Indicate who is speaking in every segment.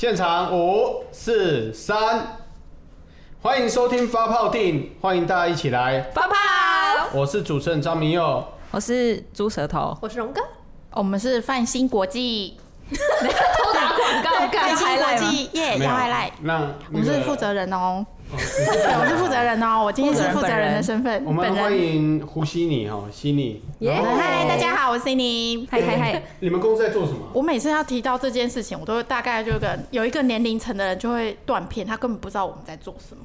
Speaker 1: 现场五四三，欢迎收听发泡电影，欢迎大家一起来，
Speaker 2: 发泡，
Speaker 1: 我是主持人张明佑。
Speaker 2: 我是猪舌头，
Speaker 3: 我是荣哥，
Speaker 4: 我们是泛星国际，
Speaker 2: 偷打广告
Speaker 4: 泛星国
Speaker 2: 吗？
Speaker 4: 际耶，
Speaker 1: 没有
Speaker 4: 要 highlight。
Speaker 1: 那
Speaker 4: 我
Speaker 1: 那
Speaker 4: 们
Speaker 1: 个
Speaker 4: 是负责人哦， 对，我是负责人哦，我今天是负责人的身份
Speaker 1: 我。们
Speaker 4: 本
Speaker 1: 欢
Speaker 4: 人，
Speaker 1: 迎胡西尼哈，西尼，哎
Speaker 4: 嗨，
Speaker 1: 哦
Speaker 4: 大家好，我是 Cindy。
Speaker 2: 嗨嗨嗨，
Speaker 1: 你们公司在做什么？
Speaker 4: 我每次要提到这件事情，我都会大概就有个有一个年龄层的人就会断片，他根本不知道我们在做什么。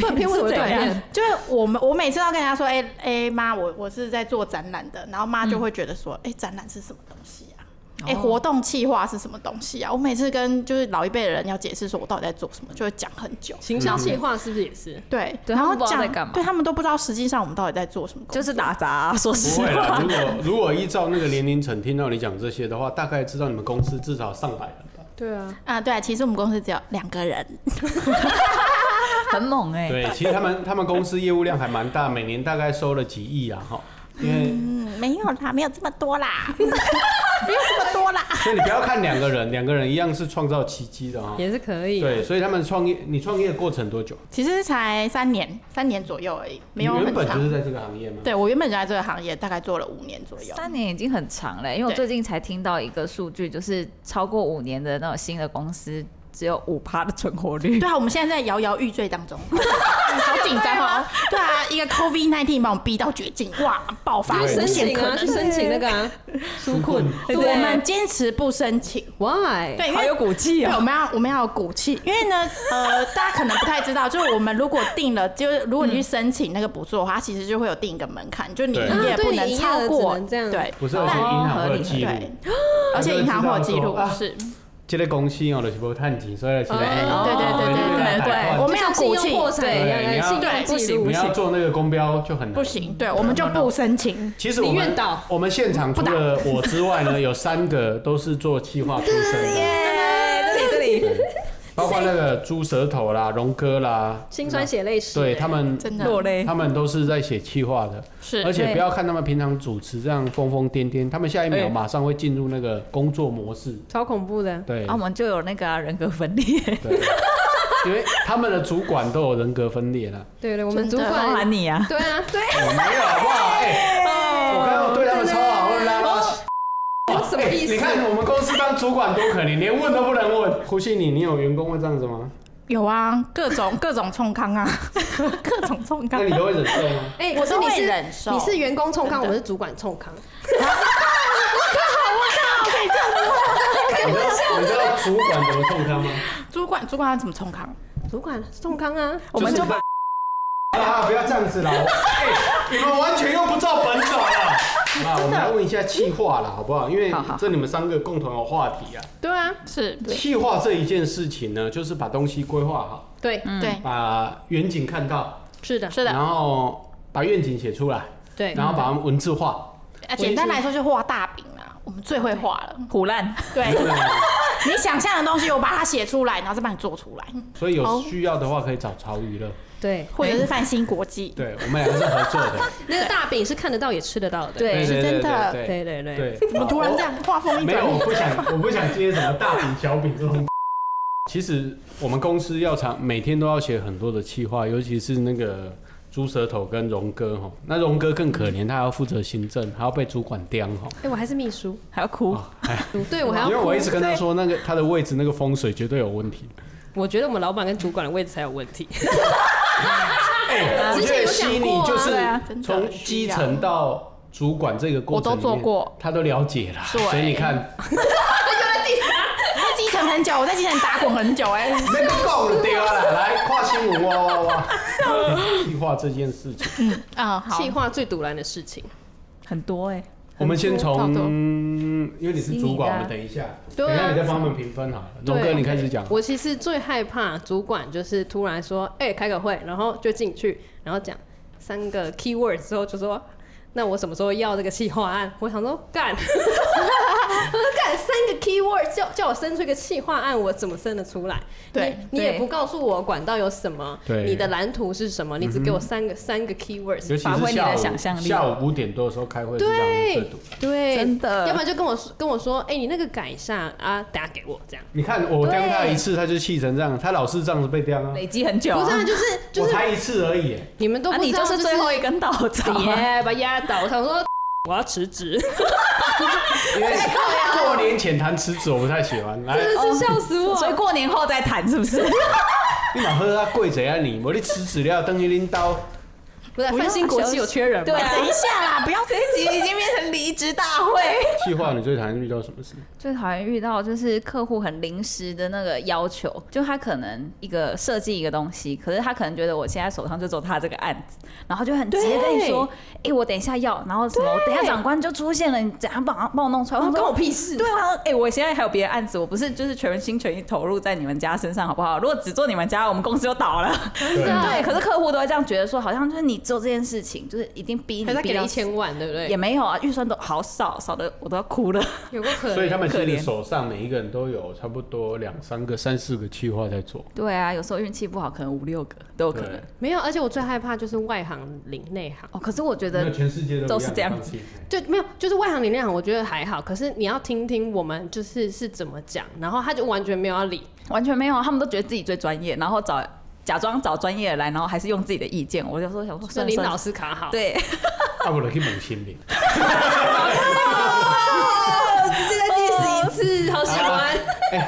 Speaker 2: 断片为什么会断片？
Speaker 4: 就是我们，我每次要跟人家说，哎、哎妈，我我是在做展览的，然后妈就会觉得说，哎、展览是什么东西啊？哎、活动企划是什么东西啊？我每次跟就是老一辈的人要解释说我到底在做什么，就会讲很久。
Speaker 3: 行销计划是不是也是？
Speaker 4: 对，
Speaker 2: 对
Speaker 4: 然
Speaker 2: 他
Speaker 4: 后
Speaker 2: 们不知道
Speaker 4: 讲
Speaker 2: 在干嘛
Speaker 4: 对他们都不知道实际上我们到底在做什么工作，
Speaker 2: 就是打杂啊、说实
Speaker 1: 不会啦，
Speaker 2: 话
Speaker 1: 如，果如果依照那个年龄层听到你讲这些的话，大概知道你们公司至少上百人吧。
Speaker 3: 对啊，
Speaker 4: 啊、对，其实我们公司只有两个人，
Speaker 2: 很猛哎、
Speaker 1: 对，其实他们他们公司业务量还蛮大，每年大概收了几亿啊哈。因为，
Speaker 4: 嗯，没有啦，没有这么多啦， 没有这么多啦。
Speaker 1: 所以你不要看两个人， 两个人一样是创造奇迹的哈。
Speaker 3: 也是可以。
Speaker 1: 对，所以他们创业，你创业过程多久？
Speaker 4: 其实才三年，三年左右而已，没有
Speaker 1: 你
Speaker 4: 很
Speaker 1: 原本就
Speaker 4: 长
Speaker 1: 是。在这个行业吗？
Speaker 4: 对我原本就在这个行业，大概做了五年左右。
Speaker 2: 三年已经很长了、欸因为我
Speaker 4: 对
Speaker 2: 最近才听到一个数据，就是超过五年的那种新的公司，只有五趴的存活率
Speaker 4: 对。啊，我们现在在摇摇欲坠当中， 好紧张哦。对啊，一个 COVID nineteen 把我们逼到绝境，哇，爆发
Speaker 1: 对
Speaker 3: 去
Speaker 4: 无
Speaker 3: 申
Speaker 4: 限
Speaker 3: 请
Speaker 4: 可
Speaker 3: 啊，
Speaker 4: 能。
Speaker 3: 去申请那个啊，纾困。
Speaker 4: 对我们坚持不申请。
Speaker 3: why？
Speaker 4: 对，因
Speaker 2: 好
Speaker 4: 为
Speaker 2: 有骨气
Speaker 4: 对，
Speaker 2: 哦、
Speaker 4: 我们要我们要有骨气，因为呢，呃， 大家可能不太知道，就是我们如果定了，就是如果你去申请那个补助的话，它其实就会有定一个门槛，就是你
Speaker 1: 对
Speaker 4: 营业
Speaker 3: 啊对
Speaker 4: 不
Speaker 3: 你
Speaker 4: 能
Speaker 3: 营业
Speaker 4: 超
Speaker 3: 额只
Speaker 4: 过，
Speaker 3: 能这样
Speaker 4: 对
Speaker 1: 不是，而且银行会有记录，
Speaker 4: 对，而且银行会有记录，是，
Speaker 1: 这类公司哦，就是不探底，所以就是
Speaker 3: 哦
Speaker 4: 哎对对对对对对，我
Speaker 3: 就
Speaker 4: 们有
Speaker 3: 像信
Speaker 4: 骨
Speaker 3: 用
Speaker 4: 气，
Speaker 3: 破产一
Speaker 1: 对你要
Speaker 3: 样，
Speaker 4: 对
Speaker 3: 信用
Speaker 1: 哦
Speaker 3: 记
Speaker 1: 你
Speaker 3: 录
Speaker 1: 要做那个公标就很难。
Speaker 4: 不。行，对，我们就不申请，
Speaker 1: 其实我
Speaker 3: 你
Speaker 1: 们
Speaker 3: 愿倒
Speaker 1: 我们现场除了我之外呢，有三个都是做企划出身 的，
Speaker 2: 这里这 里，
Speaker 1: 包括那个猪舌头啦、荣哥啦，
Speaker 3: 心酸血泪史。
Speaker 1: 对他们，
Speaker 4: 真的
Speaker 2: 落泪。
Speaker 1: 他们都是在写企划的。而
Speaker 4: 是，
Speaker 1: 且不要看他们平常主持这样疯疯癫癫，他们下一秒
Speaker 3: 哎
Speaker 1: 马上会进入那个工作模式。
Speaker 3: 超恐怖的。
Speaker 1: 对
Speaker 2: 啊，我们就有那个、啊、人格分裂，
Speaker 1: 对， 因为他们的主管都有人格分裂了。
Speaker 3: 对对，我们主
Speaker 4: 真的
Speaker 2: 包
Speaker 3: 管
Speaker 2: 含。你啊，
Speaker 3: 对啊，对，
Speaker 1: 我没有好不好？哎、我刚刚对他们超好，我拉拉。
Speaker 3: 哦什么意
Speaker 1: 哎你
Speaker 3: 思？
Speaker 1: 看我们公司当主管多可怜，连问都不能问。胡信你，你有员工会这样子吗？
Speaker 4: 有啊，各种各种冲康啊， 各种冲康啊
Speaker 1: 那，你都会忍受吗？
Speaker 3: 哎，
Speaker 4: 我
Speaker 3: 可是
Speaker 4: 都
Speaker 3: 你
Speaker 4: 会
Speaker 3: 是
Speaker 4: 忍受
Speaker 3: 你是员工冲康，
Speaker 4: 真的
Speaker 3: 我们是主管冲康。
Speaker 1: 你知道你知道主管怎么痛他吗？
Speaker 4: 主管主管要怎么冲康？
Speaker 3: 主管冲康啊，
Speaker 2: 我们就把
Speaker 1: 啊，不要这样子啦！ 我哎、你们完全又不照本走了。啊，我们来问一下气化啦，好不好？因为
Speaker 2: 好好
Speaker 1: 这你们三个共同的话题啊。
Speaker 3: 对啊，
Speaker 4: 是，对
Speaker 1: 气化这一件事情呢，就是把东西规划好，
Speaker 3: 对，
Speaker 4: 对，
Speaker 1: 把远景看到，
Speaker 3: 是的，
Speaker 4: 嗯是的，
Speaker 1: 嗯然后把愿景写出来，
Speaker 3: 对，
Speaker 1: 然后把它文字化。
Speaker 4: 啊，简单来说就画大饼啊，我们最会画了。
Speaker 2: 胡烂，
Speaker 4: 对， 你想象的东西，我把它写出来，然后再帮你做出来，
Speaker 1: 所以有需要的话可以找潮娱乐，
Speaker 3: 对，
Speaker 4: 或者是泛星国际。
Speaker 1: 对我们两个是合作的，
Speaker 3: 那个大饼是看得到也吃得到的。
Speaker 1: 对
Speaker 2: 对
Speaker 1: 对
Speaker 4: 真的
Speaker 1: 对对
Speaker 3: 对对对，
Speaker 1: 对。
Speaker 4: 怎么突然这样画风 一
Speaker 1: 没有，
Speaker 4: 转
Speaker 1: 我？不想，我不想接什么大饼小饼这种。其实我们公司要常每天都要写很多的企划，尤其是那个猪舌头跟荣哥哈。那荣哥更可怜，他还要负责行政，还要被主管刁哈。
Speaker 3: 哎，我还是秘书，
Speaker 2: 还要哭。
Speaker 1: 哦哎
Speaker 3: 对我还要
Speaker 1: 因
Speaker 3: 哭。
Speaker 1: 为我一直跟他说，那个他的位置那个风水绝对有问题。
Speaker 3: 我觉得我们老板跟主管的位置才有问题。
Speaker 1: 哎，我
Speaker 3: 之
Speaker 1: 觉得悉
Speaker 3: 前有讲
Speaker 1: 尼
Speaker 3: 过啊
Speaker 1: 就是
Speaker 4: 对啊真的
Speaker 1: 从基层到主管这个过程，
Speaker 4: 我都做过，
Speaker 1: 他都了解了。
Speaker 4: 对
Speaker 1: 所以你看，
Speaker 4: 我在基层很 久，我在基层打滚很久，哎，
Speaker 1: 那个够了对啦，来跨新闻哇哇 哇！计划这件事情，
Speaker 4: 嗯，好
Speaker 3: 计，划最堵然的事情。
Speaker 2: 很多哎、
Speaker 1: 我们先
Speaker 4: 差
Speaker 1: 从
Speaker 4: 不多，
Speaker 1: 因为你是主管，我
Speaker 2: 悉尼的啊
Speaker 1: 们等一下，
Speaker 3: 对
Speaker 1: 等
Speaker 3: 啊
Speaker 1: 一下你再帮我们评分好了。龙哥，
Speaker 3: 对
Speaker 1: 你开始讲。
Speaker 3: 我其实最害怕主管就是突然说：“哎、开个会”，然后就进去，然后讲三个 keyword 之后就说：“那我什么时候要这个企划案？”我想说干，我说干三个 keyword 叫叫我生出一个企划案，我怎么生得出来？
Speaker 4: 对
Speaker 3: 你你也
Speaker 2: 对
Speaker 3: 不告诉我管道有什么，
Speaker 1: 对嗯
Speaker 3: 你的蓝图是什么？你只给我三个三个 keywords，
Speaker 1: 尤其
Speaker 2: 发挥
Speaker 1: 是
Speaker 2: 你的
Speaker 1: 下午
Speaker 2: 想象力
Speaker 1: 下午五点多的时候开会是让人最堵。
Speaker 3: 对，
Speaker 2: 真的
Speaker 3: 要不然就跟我说跟我说，哎、你那个改一下啊，等下给我这样。
Speaker 1: 你看我
Speaker 2: 对
Speaker 1: 刁他一次，他就气成这样，他老是这样子被刁啊。
Speaker 2: 累积很久、
Speaker 3: 不
Speaker 2: 啊，
Speaker 3: 是啊，就是就
Speaker 1: 我
Speaker 3: 是
Speaker 1: 才一次而已，
Speaker 3: 你们都
Speaker 2: 啊，
Speaker 3: 不
Speaker 2: 你
Speaker 3: 知道，
Speaker 2: 就是最后一根稻草、 啊。
Speaker 3: 别把压倒。我想说我要辞职，
Speaker 1: 因 为
Speaker 2: 啊
Speaker 1: 过年前谈辞职我不太喜欢。来，
Speaker 3: 真
Speaker 2: 哦
Speaker 3: 的是笑死我。
Speaker 2: 所以过年后再谈是不是？
Speaker 1: 你老喝啊跪着啊你，我你辞职了，等于拎刀。
Speaker 3: 不是
Speaker 2: 不
Speaker 3: 翻
Speaker 2: 用
Speaker 3: 新国际有缺人吗？
Speaker 2: 对啊
Speaker 4: 等一下啦，不要
Speaker 2: 这一集已经变成离职大会。
Speaker 1: 计划你最讨厌遇到什么事？
Speaker 2: 最讨厌遇到就是客户很临时的那个要求，就他可能一个设计一个东西，可是他可能觉得我现在手上就只有他这个案子，然后就很直接跟你说，哎、我等一下要，然后什么，我等一下长官就出现了，你怎样帮帮我弄出来？
Speaker 3: 啊
Speaker 2: 我
Speaker 3: 关我
Speaker 2: 说。
Speaker 3: 屁事。
Speaker 2: 对啊，哎、我现在还有别的案子，我不是就是全心全意投入在你们家身上，好不好？如果只做你们家，我们公司就倒了。
Speaker 1: 对
Speaker 2: 对，可是客户都会这样觉得说，好像就是你做这件事情，就是一定逼 你
Speaker 3: 可是他
Speaker 2: 逼
Speaker 3: 给了
Speaker 2: 到
Speaker 3: 一千万，对不对？
Speaker 2: 也没有啊，预算都好少，少的我都要哭了。
Speaker 3: 有过可能。
Speaker 1: 所以他们其
Speaker 2: 可
Speaker 1: 实
Speaker 2: 怜
Speaker 1: 手上每一个人都有差不多两三个、三四个计划在做。
Speaker 2: 对啊，有时候运气不好，可能五六个都有可能
Speaker 1: 对。
Speaker 3: 没有，而且我最害怕就是外行领内行。
Speaker 2: 哦，可是我觉
Speaker 1: 那
Speaker 2: 得
Speaker 1: 全世界
Speaker 2: 都
Speaker 1: 一
Speaker 2: 是这样子
Speaker 1: 放心
Speaker 3: 对，没有，就是外行领内行，我觉得还好。可是你要听听我们就是是怎么讲，然后他就完全没有要理。
Speaker 2: 完全没有啊，他们都觉得自己最专业，然后找假装找专业的来，然后还是用自己的意见。我就说想说，
Speaker 3: 是
Speaker 2: 哦算了
Speaker 3: 领
Speaker 2: 算
Speaker 3: 导
Speaker 2: 了
Speaker 3: 斯卡好，
Speaker 2: 对，
Speaker 1: 啊，我来去问新兵。
Speaker 2: 直接在 diss 一次，
Speaker 3: 是好喜欢。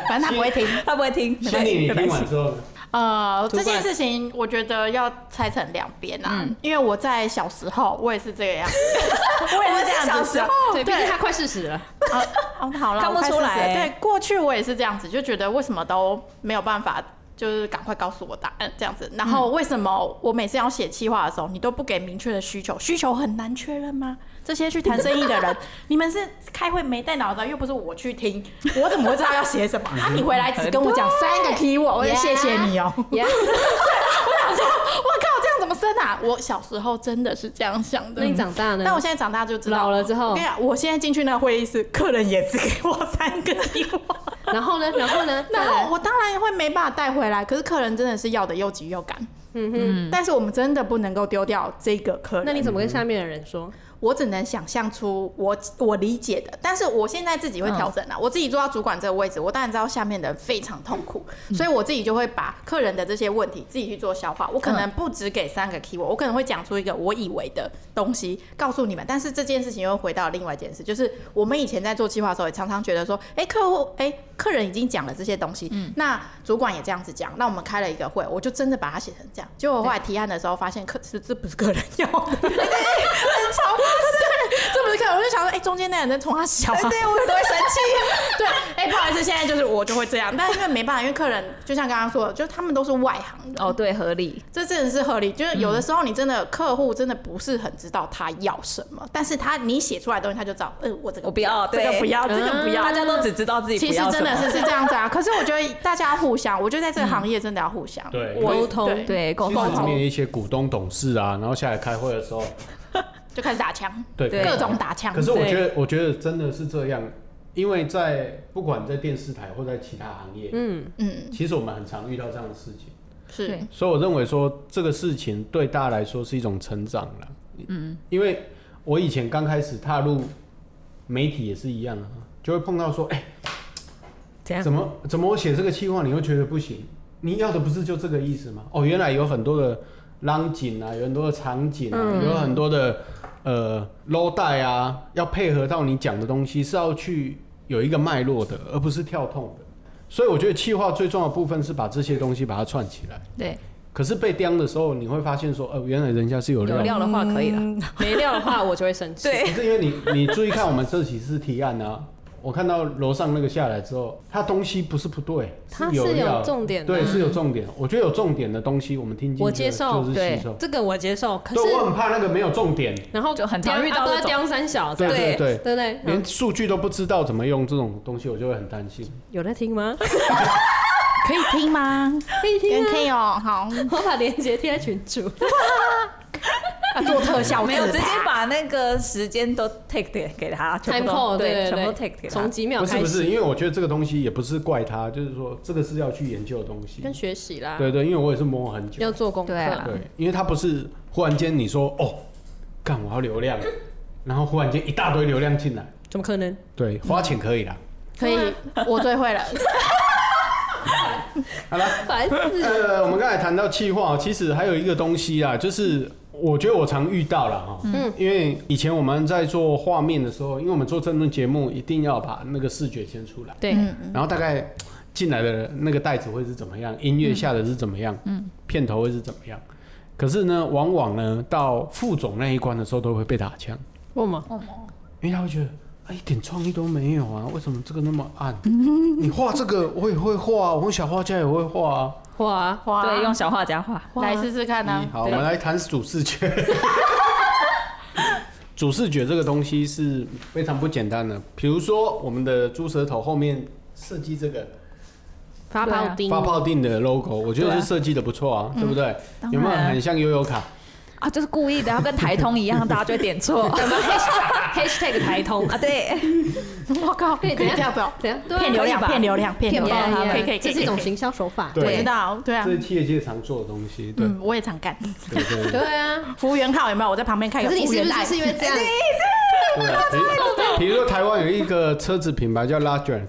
Speaker 4: 反正他不会听。
Speaker 2: 他不会听，
Speaker 1: 心
Speaker 2: 没关系
Speaker 1: 里你
Speaker 2: 没
Speaker 1: 听
Speaker 2: 关
Speaker 1: 完
Speaker 2: 系。
Speaker 1: 之后呢，
Speaker 4: 呃，
Speaker 3: 主
Speaker 4: 这
Speaker 3: 管
Speaker 4: 件事情我觉得要拆成两边啊，
Speaker 2: 嗯
Speaker 4: 因为我在小时候我也是这个样子， 我也
Speaker 2: 我
Speaker 4: 是这样子
Speaker 2: 也是小时候
Speaker 3: 对，毕竟他快 四十了。
Speaker 4: 啊 哦，好了，
Speaker 2: 看不
Speaker 4: 我快
Speaker 2: 出来
Speaker 4: 40了
Speaker 2: 欸
Speaker 4: 对，过去我也是这样子，就觉得为什么都没有办法，就是赶快告诉我答案这样子。然后为什么我每次要写企划的时候，你都不给明确的需求？需求很难确认吗？这些去谈生意的 人，你们是开会没带脑子，又不是我去听，我怎么会知道要写什么？啊，你回来只跟我讲三 个 key word，我就谢谢你哦、我
Speaker 3: 呀，
Speaker 4: 想说，我靠，这样怎么生啊？我小时候真的是这样想的。
Speaker 3: 那你长大呢？
Speaker 4: 但我现在长大就知道
Speaker 3: 老了之后
Speaker 4: 我跟你讲，我现在进去那个会议室，客人也只给我三个 keyword，
Speaker 3: 然后呢？然后呢？ 再
Speaker 4: 然
Speaker 3: 来
Speaker 4: 后我当然会没办法带回来。可是客人真的是要的又急又赶，
Speaker 3: 嗯哼，
Speaker 4: 但是我们真的不能够丢掉这个客人。
Speaker 3: 那你怎么跟下面的人说？
Speaker 4: 我只能想象出我我理解的，但是我现在自己会调整了、我自己做到主管这个位置，我当然知道下面的人非常痛苦，所以我自己就会把客人的这些问题自己去做消化。我可能不只给三个 keyword，我可能会讲出一个我以为的东西告诉你们。但是这件事情又回到另外一件事，就是我们以前在做计划的时候，也常常觉得说，哎、客户，哎、客人已经讲了这些东西，
Speaker 2: 嗯
Speaker 4: 那主管也这样子讲，那我们开了一个会，我就真的把它写成这样。结果我后来提案的时候发现，客是这不是客人要的。 哎很吵，对，这不是客人，我就想说，哎、中间那人在冲他笑、啊，
Speaker 2: 对，我都会生气。
Speaker 4: 对，哎、不好意思，现在就是我就会这样，但因为没办法，因为客人就像刚刚说的，就他们都是外行的，
Speaker 2: 哦，对，合理。
Speaker 4: 这真的是合理。就是
Speaker 2: 嗯
Speaker 4: 有的时候你真的客户真的不是很知道他要什么，但是他你写出来的东西他就知道，呃，我这个
Speaker 2: 我不要
Speaker 4: 这个
Speaker 2: 对
Speaker 4: 不要，这个不要，
Speaker 2: 大家都只知道自己
Speaker 4: 其
Speaker 2: 不
Speaker 4: 实
Speaker 2: 要
Speaker 4: 真的
Speaker 2: 什么
Speaker 4: 是是这样子啊。可是我觉得大家要互相，我觉得在这个行业真的要互相
Speaker 1: 对
Speaker 4: 我
Speaker 3: 沟通
Speaker 4: 对，
Speaker 2: 对沟
Speaker 1: 其实里
Speaker 2: 通
Speaker 1: 面一些股东、董事啊，然后下来开会的时候，
Speaker 4: 就开始打枪，
Speaker 1: 对
Speaker 2: 对
Speaker 4: 各种打枪
Speaker 1: 可。是我
Speaker 3: 对
Speaker 1: 觉得，我觉得真的是这样，因为在不管在电视台或在其他行业，
Speaker 3: 嗯，
Speaker 4: 嗯，
Speaker 1: 其实我们很常遇到这样的事情。
Speaker 4: 是
Speaker 2: 对
Speaker 1: 所以我认为说这个事情对大家来说是一种成长了。嗯，因为我以前刚开始踏入媒体也是一样啊，就会碰到说，哎、
Speaker 3: 怎样
Speaker 1: 怎么怎么我写这个计划，你会觉得不行？你要的不是就这个意思吗？哦，原来有很多的浪景啊，有很多的场景啊，有很多的呃 low 带啊，要配合到你讲的东西是要去有一个脉络的，而不是跳痛的。所以我觉得企划最重要的部分是把这些东西把它串起来。
Speaker 2: 对，
Speaker 1: 可是被刁的时候，你会发现说，呃，原来人家是有料
Speaker 2: 有
Speaker 1: 的。
Speaker 2: 料的话可以了。
Speaker 3: 没料的话我就会生气。
Speaker 2: 对
Speaker 1: 可是因为你，你注意看我们这几次提案啊， 我看到楼上那个下来之后，他东西不是不对，
Speaker 3: 它
Speaker 1: 有
Speaker 3: 是有
Speaker 1: 料
Speaker 3: 重点的
Speaker 1: 对，是有重点。我觉得有重点的东西，我们听进去
Speaker 3: 我接受
Speaker 1: 就是吸收。
Speaker 3: 这个我接受，可
Speaker 1: 对，我
Speaker 3: 是
Speaker 1: 很怕那个没有重点，
Speaker 3: 然后
Speaker 2: 就很常遇到
Speaker 3: 啊不知
Speaker 2: 这
Speaker 3: 道
Speaker 2: 种
Speaker 3: 刁三小，
Speaker 1: 对
Speaker 3: 对
Speaker 1: 对对，
Speaker 3: 对不对？嗯
Speaker 1: 连数据都不知道怎么用这种东西，我就会很担心。
Speaker 3: 有在听吗？
Speaker 4: 可以听吗？
Speaker 3: 可以听啊，
Speaker 4: 可以哦，好。
Speaker 3: 我把链接贴在群组。
Speaker 4: 啊做特效
Speaker 2: 没有
Speaker 4: 自
Speaker 2: 直
Speaker 4: 拍
Speaker 2: 接把那个时间都 take 点给他，全
Speaker 3: time
Speaker 2: 部
Speaker 3: code，
Speaker 2: 都
Speaker 3: 对对
Speaker 2: 全部都
Speaker 3: 对
Speaker 2: take 给
Speaker 3: 从
Speaker 2: 他。
Speaker 3: 几秒
Speaker 1: 不是
Speaker 3: 开
Speaker 1: 不是，
Speaker 3: 始，
Speaker 1: 因为我觉得这个东西也不是怪他，就是说这个是要去研究的东西。
Speaker 3: 跟学啊习啦，
Speaker 1: 对对，因为我也是摸很久。
Speaker 3: 要做功课
Speaker 2: 对啊
Speaker 1: 对，因为他不是忽然间你说哦，干我要流 量，然后忽然间一大堆流量进来，
Speaker 3: 怎么可能？
Speaker 1: 对，花钱可以啦。
Speaker 4: 可以，我最 会了。
Speaker 1: 好了，
Speaker 3: 烦死！
Speaker 1: 呃，我们刚才谈到气化，其实还有一个东西啊，就是我觉得我常遇到了哈，嗯，因为以前我们在做画面的时候，因为我们做政论节目，一定要把那个视觉先出来，
Speaker 3: 对，
Speaker 1: 然后大概进来的那个袋子会是怎么样，音乐下的是怎么样，嗯，片头会是怎么样。可是呢，往往呢，到副总那一关的时候，都会被打枪，
Speaker 3: 问嘛，
Speaker 1: 因为他会觉得。啊，一点创意都没有啊！为什么这个那么暗？你画这个我也会画啊，我们小画家也会画啊。
Speaker 3: 哇，
Speaker 4: 哇，
Speaker 2: 对，用小画家画。
Speaker 4: 来试试看啊呢
Speaker 1: 一。好，我们来谈主视觉。 主视觉这个东西是非常不简单的，比如说我们的猪舌头后面设计这个
Speaker 3: 发
Speaker 2: 对啊
Speaker 3: 泡钉，
Speaker 1: 发泡定的 logo，我觉得
Speaker 2: 对啊
Speaker 1: 是设计的不错啊，对不对？
Speaker 2: 当然
Speaker 1: 有没有很像悠悠卡？
Speaker 2: 啊，就是故意的，要跟台通一样，大家就会点 错
Speaker 3: 什么 hashtag 台通
Speaker 2: 啊。对，
Speaker 4: 我靠，可
Speaker 3: 可
Speaker 4: 以
Speaker 3: 以
Speaker 4: 这
Speaker 3: 怎样
Speaker 4: 样子哦，
Speaker 3: 怎样？对啊
Speaker 4: 骗流量，
Speaker 3: 可以吧
Speaker 4: 骗流量，骗
Speaker 3: 骗
Speaker 4: 流
Speaker 3: 不
Speaker 4: 量
Speaker 3: 到，他们
Speaker 4: 啊可以可以，
Speaker 3: 这
Speaker 4: 可
Speaker 3: 是
Speaker 4: 以
Speaker 3: 一种
Speaker 4: 可以
Speaker 3: 行销手法。
Speaker 1: 对
Speaker 4: 我知道，对啊
Speaker 1: 这，是企业界常做的东西，对
Speaker 4: 嗯，我也常干。
Speaker 1: 对对
Speaker 3: 对
Speaker 1: 对
Speaker 3: 啊，
Speaker 4: 服务员号有没有？我在旁边看有
Speaker 3: 可是你
Speaker 4: 服务
Speaker 3: 是
Speaker 4: 员
Speaker 3: 不
Speaker 4: 来
Speaker 3: 是是因为这样？
Speaker 1: 对啊。比如比如说台湾有一个车子品牌叫 l a g e n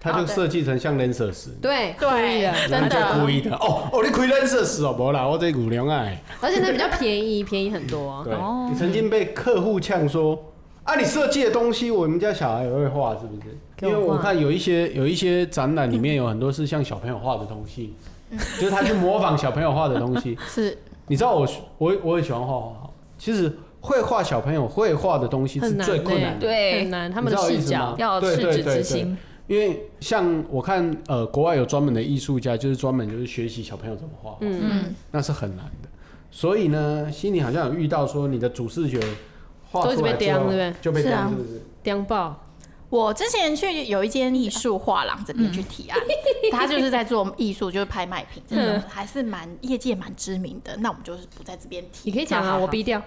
Speaker 1: 它
Speaker 4: 哦
Speaker 1: 就
Speaker 4: 对
Speaker 1: 设计成像 Lancers，
Speaker 3: 对
Speaker 4: 对
Speaker 3: 啊，
Speaker 4: 真
Speaker 1: 然后就故
Speaker 4: 的
Speaker 1: 意的哦哦，你开 Lancers 哦，没啦，我这牛娘哎。
Speaker 3: 而且那比较便宜，便宜很多。
Speaker 1: 对
Speaker 2: 哦，
Speaker 1: 你曾经被客户呛说：“啊，你设计的东西，我们家小孩也会画，是不是？”
Speaker 3: 给
Speaker 1: 因
Speaker 3: 我
Speaker 1: 为
Speaker 3: 画
Speaker 1: 我看有一些有一些展览里面有很多是像小朋友画的东西，
Speaker 3: 嗯
Speaker 1: 就是他去模仿小朋友画的东 西。
Speaker 4: 是
Speaker 1: 你知道我我我也喜欢画画画，其实会画小朋友会画的东西是
Speaker 3: 很难
Speaker 1: 最困
Speaker 3: 欸
Speaker 1: 难的，
Speaker 3: 很
Speaker 2: 对，
Speaker 3: 难，他们的
Speaker 1: 你知道我意
Speaker 3: 视
Speaker 1: 思吗
Speaker 3: 角
Speaker 2: 要
Speaker 1: 对
Speaker 2: 赤
Speaker 1: 对
Speaker 2: 子
Speaker 1: 对
Speaker 2: 之心，
Speaker 1: 因为像我看呃国外有专门的艺术家，就是专门就是学习小朋友怎么画画。
Speaker 3: 嗯
Speaker 2: 嗯，
Speaker 1: 那是很难的。所以呢，心里好像有遇到说你的主视觉画出来
Speaker 3: 都一直被
Speaker 1: 之
Speaker 3: 刁
Speaker 1: 后
Speaker 3: 对不
Speaker 1: 就被
Speaker 4: 是啊
Speaker 1: 刁，是不是？
Speaker 3: 颠爆，
Speaker 4: 我之前去有一间艺术画廊这边去提案，他就是在做艺术，就是拍卖品这种，还是蛮业界蛮知名的。那我们就是不在这边提
Speaker 3: 你，可以讲
Speaker 2: 好
Speaker 3: 啊，
Speaker 2: 好好
Speaker 3: 我逼掉。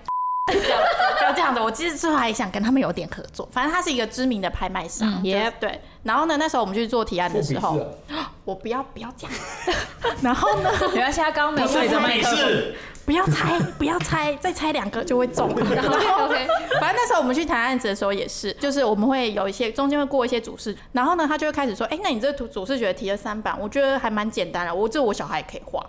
Speaker 4: 不要这样子。我其实之后还想跟他们有点合作，反正他是一个知名的拍卖商。
Speaker 3: 嗯
Speaker 4: Yep 对。然后呢，那时候我们去做提案
Speaker 1: 不
Speaker 4: 的
Speaker 1: 鄙视
Speaker 4: 时
Speaker 1: 啊
Speaker 4: 候，，我不要不要这样。 然后呢，
Speaker 2: 没关系，他刚刚没有对着麦克风，
Speaker 1: 视，
Speaker 4: 不要猜， 不要猜，再猜两个就会中。然后
Speaker 3: OK，
Speaker 4: 反正那时候我们去谈案子的时候也是，就是我们会有一些中间会过一些主视，然后呢，他就会开始说，哎、那你这个主主视觉提了三版，我觉得还蛮简单的，我这我小孩也可以画。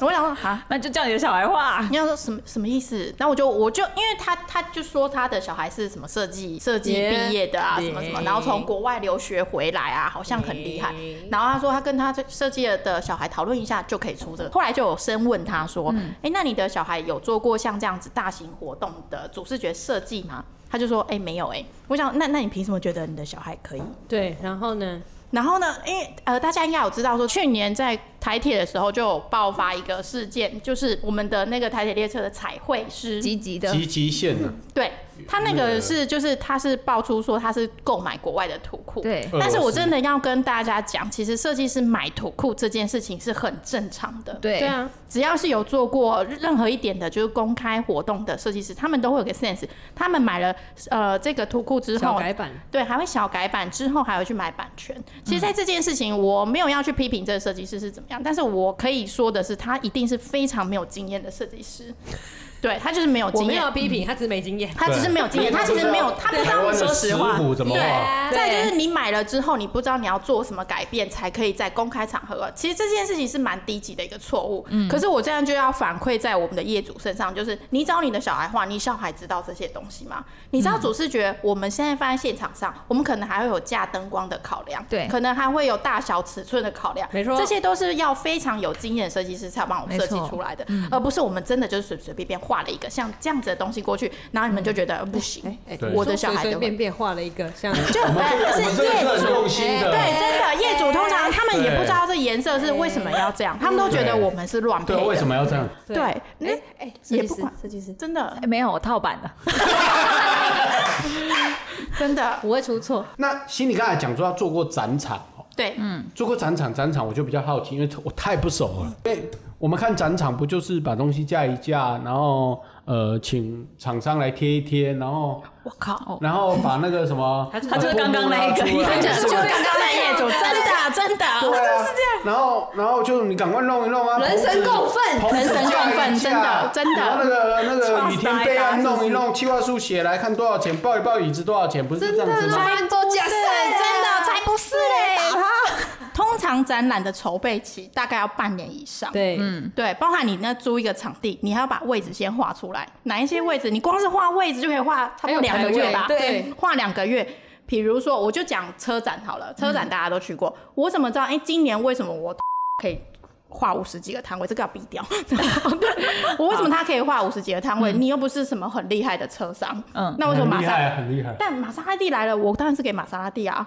Speaker 4: 我想说啊，
Speaker 2: 那就叫你的小孩画。
Speaker 4: 你要说什么什么意思？然后我就我就因为他他就说他的小孩是什么设计设计毕业的啊，
Speaker 2: 耶
Speaker 4: 什么什么，然后从国外留学回来啊，好像很厉害。然后他说他跟他设计的小孩讨论一下就可以出这个。后来就有深问他说：“哎，那你的小孩有做过像这样子大型活动的主视觉设计吗？”他就说：“哎，没有。”哎，我想那那你凭什么觉得你的小孩可以？
Speaker 3: 对，然后呢？
Speaker 4: 然后呢，因为呃，大家应该有知道说，去年在台铁的时候就有爆发一个事件，就是我们的那个台铁列车的彩绘师，
Speaker 2: 积极的，
Speaker 1: 极极限啊，
Speaker 4: 对他那
Speaker 1: 那
Speaker 4: 个
Speaker 1: 个
Speaker 4: 是就是他是爆出说他是购买国外的图库，
Speaker 2: 对
Speaker 1: 俄罗斯
Speaker 4: 但是我真的要跟大家讲，其实设计师买图库这件事情是很正常的，
Speaker 3: 对
Speaker 2: 对，
Speaker 3: 啊，
Speaker 4: 只要是有做过任何一点的，就是公开活动的设计师，他们都会有个 sense，他们买了呃这个图库之
Speaker 3: 小
Speaker 4: 后，
Speaker 3: 改版，
Speaker 4: 对，还会小改版，之后还会去买版权。其实，
Speaker 3: 嗯
Speaker 4: 在这件事情，我没有要去批评这个设计师是怎么样，但是我可以说的是，他一定是非常没有经验的设计师。对他就是没有
Speaker 3: 我
Speaker 4: 经
Speaker 3: 没
Speaker 4: 验
Speaker 3: 有，批评，他只是没经 验。
Speaker 4: 他只是没有经验，他其实没有，他不知
Speaker 1: 台
Speaker 4: 道
Speaker 1: 湾
Speaker 4: 你
Speaker 1: 的
Speaker 4: 说
Speaker 1: 石
Speaker 4: 实话。
Speaker 1: 虎怎么画？
Speaker 3: 啊
Speaker 4: 再就是你买了之后，你不知道你要做什么改变，才可以在公开场合。其实这件事情是蛮低级的一个错误。嗯，可是我这样就要反馈在我们的业主身上，就是你找你的小孩画，你小孩知道这些东西吗？你知道主视觉，我们现在放在现场上，我们可能还会有架灯光的考量，
Speaker 2: 对
Speaker 4: 可能还会有大小尺寸的考量，
Speaker 3: 没错
Speaker 4: 这些都是要非常有经验的设计师才有帮我们设计
Speaker 2: 没错
Speaker 4: 出来的，而不是我们真的就是随随便便画了一个像这样子的东西过去，然后你们就觉得呃不行，
Speaker 3: 哎
Speaker 1: 对
Speaker 4: 我的小孩
Speaker 3: 随
Speaker 4: 都会
Speaker 3: 随便便画了一个像，
Speaker 4: 就
Speaker 1: 我们
Speaker 4: 本来
Speaker 1: 这
Speaker 4: 是
Speaker 1: 我们这个
Speaker 4: 业
Speaker 1: 是很
Speaker 4: 主
Speaker 1: 用心
Speaker 3: 嗯
Speaker 1: 的，
Speaker 4: 对，真的，业主通常他们也不知道这颜色是为什么要这样，他们都觉得我们是乱配
Speaker 1: 对，为什
Speaker 4: 的。
Speaker 1: 么要这样？
Speaker 4: 对，那
Speaker 3: 哎，设
Speaker 4: 也
Speaker 3: 计
Speaker 4: 不
Speaker 3: 师
Speaker 4: 管，
Speaker 3: 设计师，
Speaker 4: 真的
Speaker 2: 哎没有，我套版的，
Speaker 4: 真的，
Speaker 3: 不会出错。
Speaker 1: 那心里刚才讲说他做过展场哦，
Speaker 4: 对，
Speaker 1: 做过展场，展场我就比较好奇，因为我太不熟了。因
Speaker 4: 嗯
Speaker 1: 为我们看展场，不就是把东西架一架，然后呃，请厂商来贴一贴，然后
Speaker 4: 我靠，
Speaker 2: 哦
Speaker 1: 然后把那个什 么，
Speaker 3: 他就
Speaker 1: 呃
Speaker 2: 他就是刚刚那一个
Speaker 1: 布幕拉出来
Speaker 2: 他
Speaker 4: 就
Speaker 2: 就
Speaker 4: 刚刚那业主，真的真
Speaker 1: 啊 对
Speaker 4: 的，
Speaker 1: 啊，然后，然后就你赶快弄一弄啊！
Speaker 2: 人神共愤
Speaker 1: 同志
Speaker 4: 人神共愤真的真的
Speaker 1: 然后那个那 个雨天备案
Speaker 4: 是不是
Speaker 1: 弄一弄，计划书写来看多少钱，报一报椅子多少钱，不是这样子吗？
Speaker 3: 翻桌假
Speaker 4: 是真的才不是 嘞！通常展览的筹备期大概要半年以上，
Speaker 3: 对，嗯，
Speaker 4: 对，包含你那租一个场地，你还要把位置先画出来，哪一些位置，你光是画位置就可以画差不多两个月吧？
Speaker 3: 还有排位啊对，
Speaker 4: 画两个月。比如说，我就讲车展好了，车展大家都去过，我怎么知道？哎、今年为什么我可以画五十几个摊位？这个要毙 掉。对，我为什么他可以画五十几个摊
Speaker 3: 嗯
Speaker 4: 位？你又不是什么很厉害的车商，
Speaker 2: 嗯
Speaker 4: 嗯，那为什
Speaker 1: 很
Speaker 4: 么马
Speaker 1: 厉
Speaker 4: 上
Speaker 1: 害，很厉害。
Speaker 4: 但玛莎拉蒂来了，我当然是给玛莎拉蒂啊。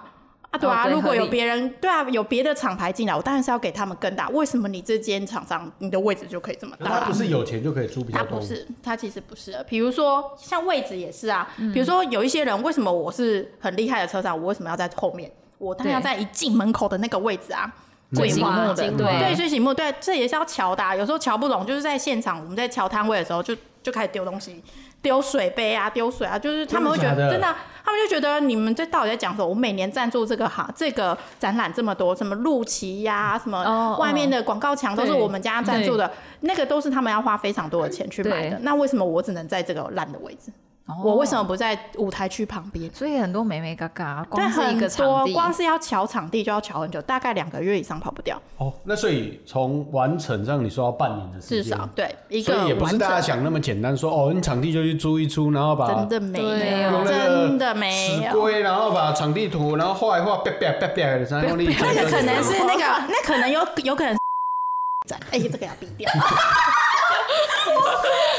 Speaker 4: 啊，对啊，
Speaker 2: 哦对
Speaker 4: 如果
Speaker 2: 合理
Speaker 4: 有别人对啊，有别的厂牌进来，我当然是要给他们更大。为什么你这间厂商你的位置就可以这么大、
Speaker 1: 他
Speaker 4: 啊
Speaker 1: 不？是有钱就可以租比较
Speaker 4: 他
Speaker 1: 多
Speaker 4: 不，是，他其实不是的。比如说像位置也是啊，比如说有一些人，为什么我是很厉害的车厂，我为什么要在后面？我当然要
Speaker 2: 对
Speaker 4: 在一进门口的那个位置啊，
Speaker 2: 最
Speaker 4: 桂
Speaker 2: 醒
Speaker 4: 花
Speaker 2: 目的，
Speaker 1: 嗯
Speaker 3: 精华
Speaker 4: 对，
Speaker 2: 对，
Speaker 4: 最醒目，对，这也是要瞧的、啊。有时候瞧不懂，就是在现场我们在瞧摊位的时候就，就开始丢东西，丢水杯啊，丢水啊，就是他们会觉
Speaker 1: 真的假
Speaker 4: 得
Speaker 1: 的
Speaker 4: 真的啊、他们就觉得你们这到底在讲什么？我每年赞助这个行这个展览这么多，什么路旗呀、什
Speaker 2: 哦
Speaker 4: 么外面的广告墙都是
Speaker 3: 对
Speaker 4: 我们家赞助的，那个都是他们要花非常多的钱去买的
Speaker 2: 嗯对。
Speaker 4: 那为什么我只能在这个烂的位置？
Speaker 2: 哦
Speaker 4: 我为什么？不在舞台区旁边？
Speaker 2: 所以很多美美嘎嘎，
Speaker 4: 但
Speaker 2: 光是一
Speaker 4: 很
Speaker 2: 个场
Speaker 4: 多
Speaker 2: 地，
Speaker 4: 光是要瞧场地就要瞧很久，大概两个月以上跑不掉，
Speaker 1: 哦，那所以从完成让你说要半年的时
Speaker 4: 至
Speaker 1: 间，
Speaker 4: 少对一个
Speaker 1: 所以也不
Speaker 4: 完
Speaker 1: 是
Speaker 4: 整
Speaker 1: 大家
Speaker 4: 的
Speaker 1: 想那么简单，说哦，你场地就去租一租，然后把
Speaker 4: 真的没
Speaker 3: 对
Speaker 4: 有，
Speaker 1: 用那个
Speaker 4: 真的没
Speaker 1: 尺
Speaker 4: 有。
Speaker 1: 规，然后把场地图，然后画一画，啪啪啪啪的，然后用力。
Speaker 4: 那个可能是那个，那可能有有可能是 展，哎，这个要毙 掉。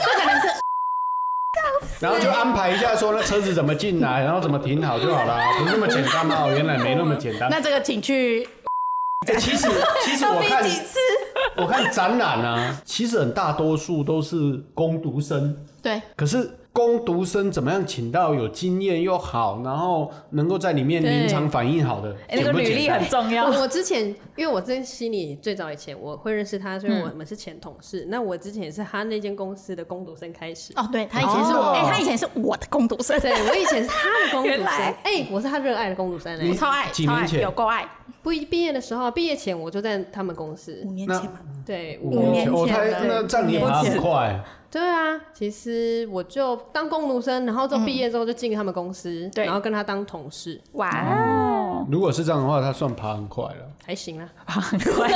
Speaker 4: 这可能是
Speaker 1: 然后就安排一下说那车子怎么进来，然后怎么停好就好了，不是那么简单吗？哦，原来没那么简单。
Speaker 4: 那这个请去
Speaker 1: 哎其实其实我看我看展览啊，其实很大多数都是攻读生，
Speaker 4: 对
Speaker 1: 可是攻读生怎么样请到有经验又好，然后能够在里面临场反应好的，
Speaker 2: 哎那个
Speaker 1: 简不简
Speaker 2: 履历
Speaker 1: 单
Speaker 2: 很重 要，
Speaker 3: 我我之前，因为我在心里最早以前我会认识他，所以我们是前同事。那我之前也是他那间公司的工读生开始。
Speaker 4: 哦，对他以前是
Speaker 1: 哦
Speaker 4: 我，哎，他以前是我的工读生，
Speaker 3: 对，我以前是他的工读
Speaker 2: 原
Speaker 3: 生，
Speaker 2: 来
Speaker 3: 哎、我是他热爱的工读生
Speaker 1: 你
Speaker 3: 哎、
Speaker 4: 超爱，
Speaker 1: 几
Speaker 4: 超
Speaker 1: 年
Speaker 4: 爱，
Speaker 1: 前
Speaker 4: 有够爱，
Speaker 3: 不一毕业的时候，毕业前我就在他们公司
Speaker 4: 五。年
Speaker 1: 那
Speaker 4: 前嘛，
Speaker 3: 对，
Speaker 1: 五年前，我猜那占你爬很快，
Speaker 3: 对啊，其实我就当工读生，然后就毕业之后就进他们公司，
Speaker 4: 对
Speaker 3: 然后跟他当同事，
Speaker 4: 哇，
Speaker 1: 如果是这样的话，他算爬很快了。
Speaker 3: 还行啦。
Speaker 2: 很快，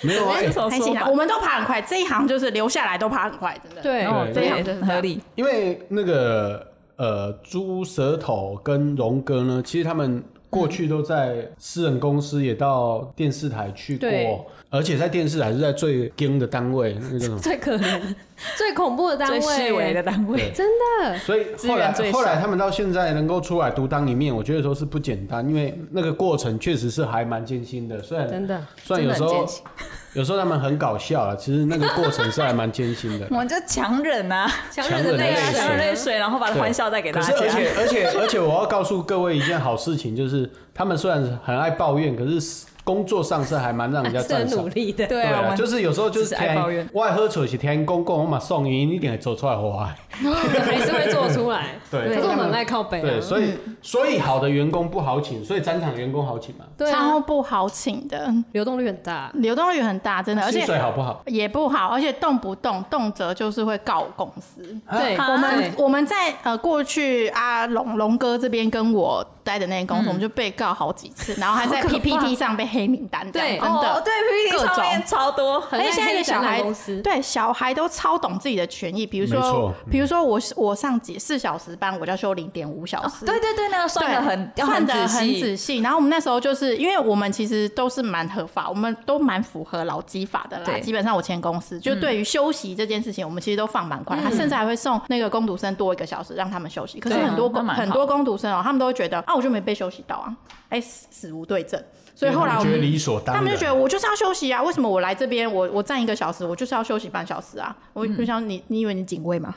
Speaker 1: 没有啊，哎
Speaker 2: 这种
Speaker 4: 还
Speaker 2: 说
Speaker 4: 行啊，
Speaker 2: 法
Speaker 4: 我，们都爬很快，这一行就是留下来都爬很快，真的。
Speaker 3: 对，
Speaker 2: 哦
Speaker 1: 对
Speaker 2: 对，很合理，
Speaker 1: 因为那个呃，猪舌头跟荣哥呢，其实他们过去都在私人公司，也到电视台去
Speaker 3: 对，
Speaker 1: 过，而且在电视台是在最精的单位那个什么
Speaker 3: 最可怜、最恐怖的单
Speaker 2: 最
Speaker 3: 位，
Speaker 2: 虚伪的单位，
Speaker 3: 真的。
Speaker 1: 所以
Speaker 2: 资
Speaker 1: 后来
Speaker 2: 源最少
Speaker 1: 后来他们到现在能够出来独当一面，我觉得说是不简单，因为那个过程确实是还蛮艰辛的，虽然
Speaker 3: 真的，
Speaker 1: 虽然有时
Speaker 2: 真的
Speaker 1: 候
Speaker 2: 很艰辛
Speaker 1: 有时候他们很搞笑啊，其实那个过程是还蛮艰辛的
Speaker 2: 我。们就强忍啊，
Speaker 3: 强
Speaker 1: 忍的
Speaker 3: 的
Speaker 1: 泪
Speaker 2: 对
Speaker 1: 水
Speaker 2: 啊，强忍
Speaker 3: 泪
Speaker 2: 泪水，然后把
Speaker 1: 对
Speaker 2: 欢笑 带给大
Speaker 1: 可是，
Speaker 2: 家
Speaker 1: 而，且，而且，而且，我要告诉各位一件好事情，就是他们虽然很爱抱怨，可是工作上是还蛮让人
Speaker 2: 啊
Speaker 1: 家
Speaker 3: 还是
Speaker 1: 赞
Speaker 3: 很
Speaker 1: 赏
Speaker 3: 努。力的。
Speaker 2: 对
Speaker 1: 对
Speaker 2: 啊，我
Speaker 1: 啊，
Speaker 2: 们
Speaker 1: 就是有时候就是
Speaker 2: 只是爱抱怨
Speaker 1: 我爱喝酒是天公公，我嘛送你，你一定会走出来活。
Speaker 3: 还是会做出来。
Speaker 1: 对
Speaker 3: 可是我们很爱靠北
Speaker 1: 对，
Speaker 3: 啊。
Speaker 1: 所以
Speaker 2: 嗯
Speaker 1: 所以好的员工不好请，所以展场员工好请嘛，
Speaker 3: 对啊
Speaker 4: 超，不好请的，
Speaker 3: 流动率很大。
Speaker 4: 流动率很大，真的，而
Speaker 1: 薪
Speaker 4: 且
Speaker 1: 水好不好？
Speaker 4: 也不好，而且动不动动辄就是会告公司。
Speaker 3: 对，
Speaker 2: 啊
Speaker 4: 我们
Speaker 3: 对
Speaker 4: 我们在呃过去啊龙龙哥这边跟我待的那间公司，我们就被告好几次，然后还在
Speaker 2: 好可怕
Speaker 4: PPT 上被黑名单，这样
Speaker 3: 对
Speaker 4: 真
Speaker 2: 哦
Speaker 4: 的。
Speaker 2: 对 PPT
Speaker 4: 各种
Speaker 2: 上面超多，
Speaker 3: 很
Speaker 4: 而
Speaker 3: 爱
Speaker 4: 且现在的
Speaker 3: 黑
Speaker 4: 小
Speaker 3: 展览
Speaker 4: 孩
Speaker 3: 公司，
Speaker 4: 对小孩都超懂自己的权益，比如
Speaker 1: 没
Speaker 4: 说
Speaker 1: 错，
Speaker 4: 比如说我我上几四小时班，我就要休零点五小时，
Speaker 2: 对对对，那个算的
Speaker 4: 对
Speaker 2: 很，要
Speaker 4: 算的
Speaker 2: 仔
Speaker 4: 很
Speaker 2: 细，
Speaker 4: 仔细。然后我们那时候就是因为我们其实都是蛮合法，我们都蛮符合劳基法的啦
Speaker 2: 对。嗯
Speaker 4: 基本上我前公司就对于休息这件事情，我们其实都放蛮宽，他甚至还会送那个工读生多一个小时让他们休息。可是
Speaker 2: 对啊
Speaker 4: 很多
Speaker 2: 那
Speaker 4: 工
Speaker 2: 蛮好
Speaker 4: 很多工读生哦，他们都会觉得啊，我就没被休息到啊，哎，死死无对证。所以后来
Speaker 1: 他
Speaker 4: 我
Speaker 1: 们觉得
Speaker 4: 们
Speaker 1: 理所当
Speaker 4: 他
Speaker 1: 然，
Speaker 4: 们就觉得我就是要休息啊，为什么我来这边我我站一个小时，我就是要休息半小时啊？我
Speaker 2: 嗯
Speaker 4: 就想你，你以为你警卫吗？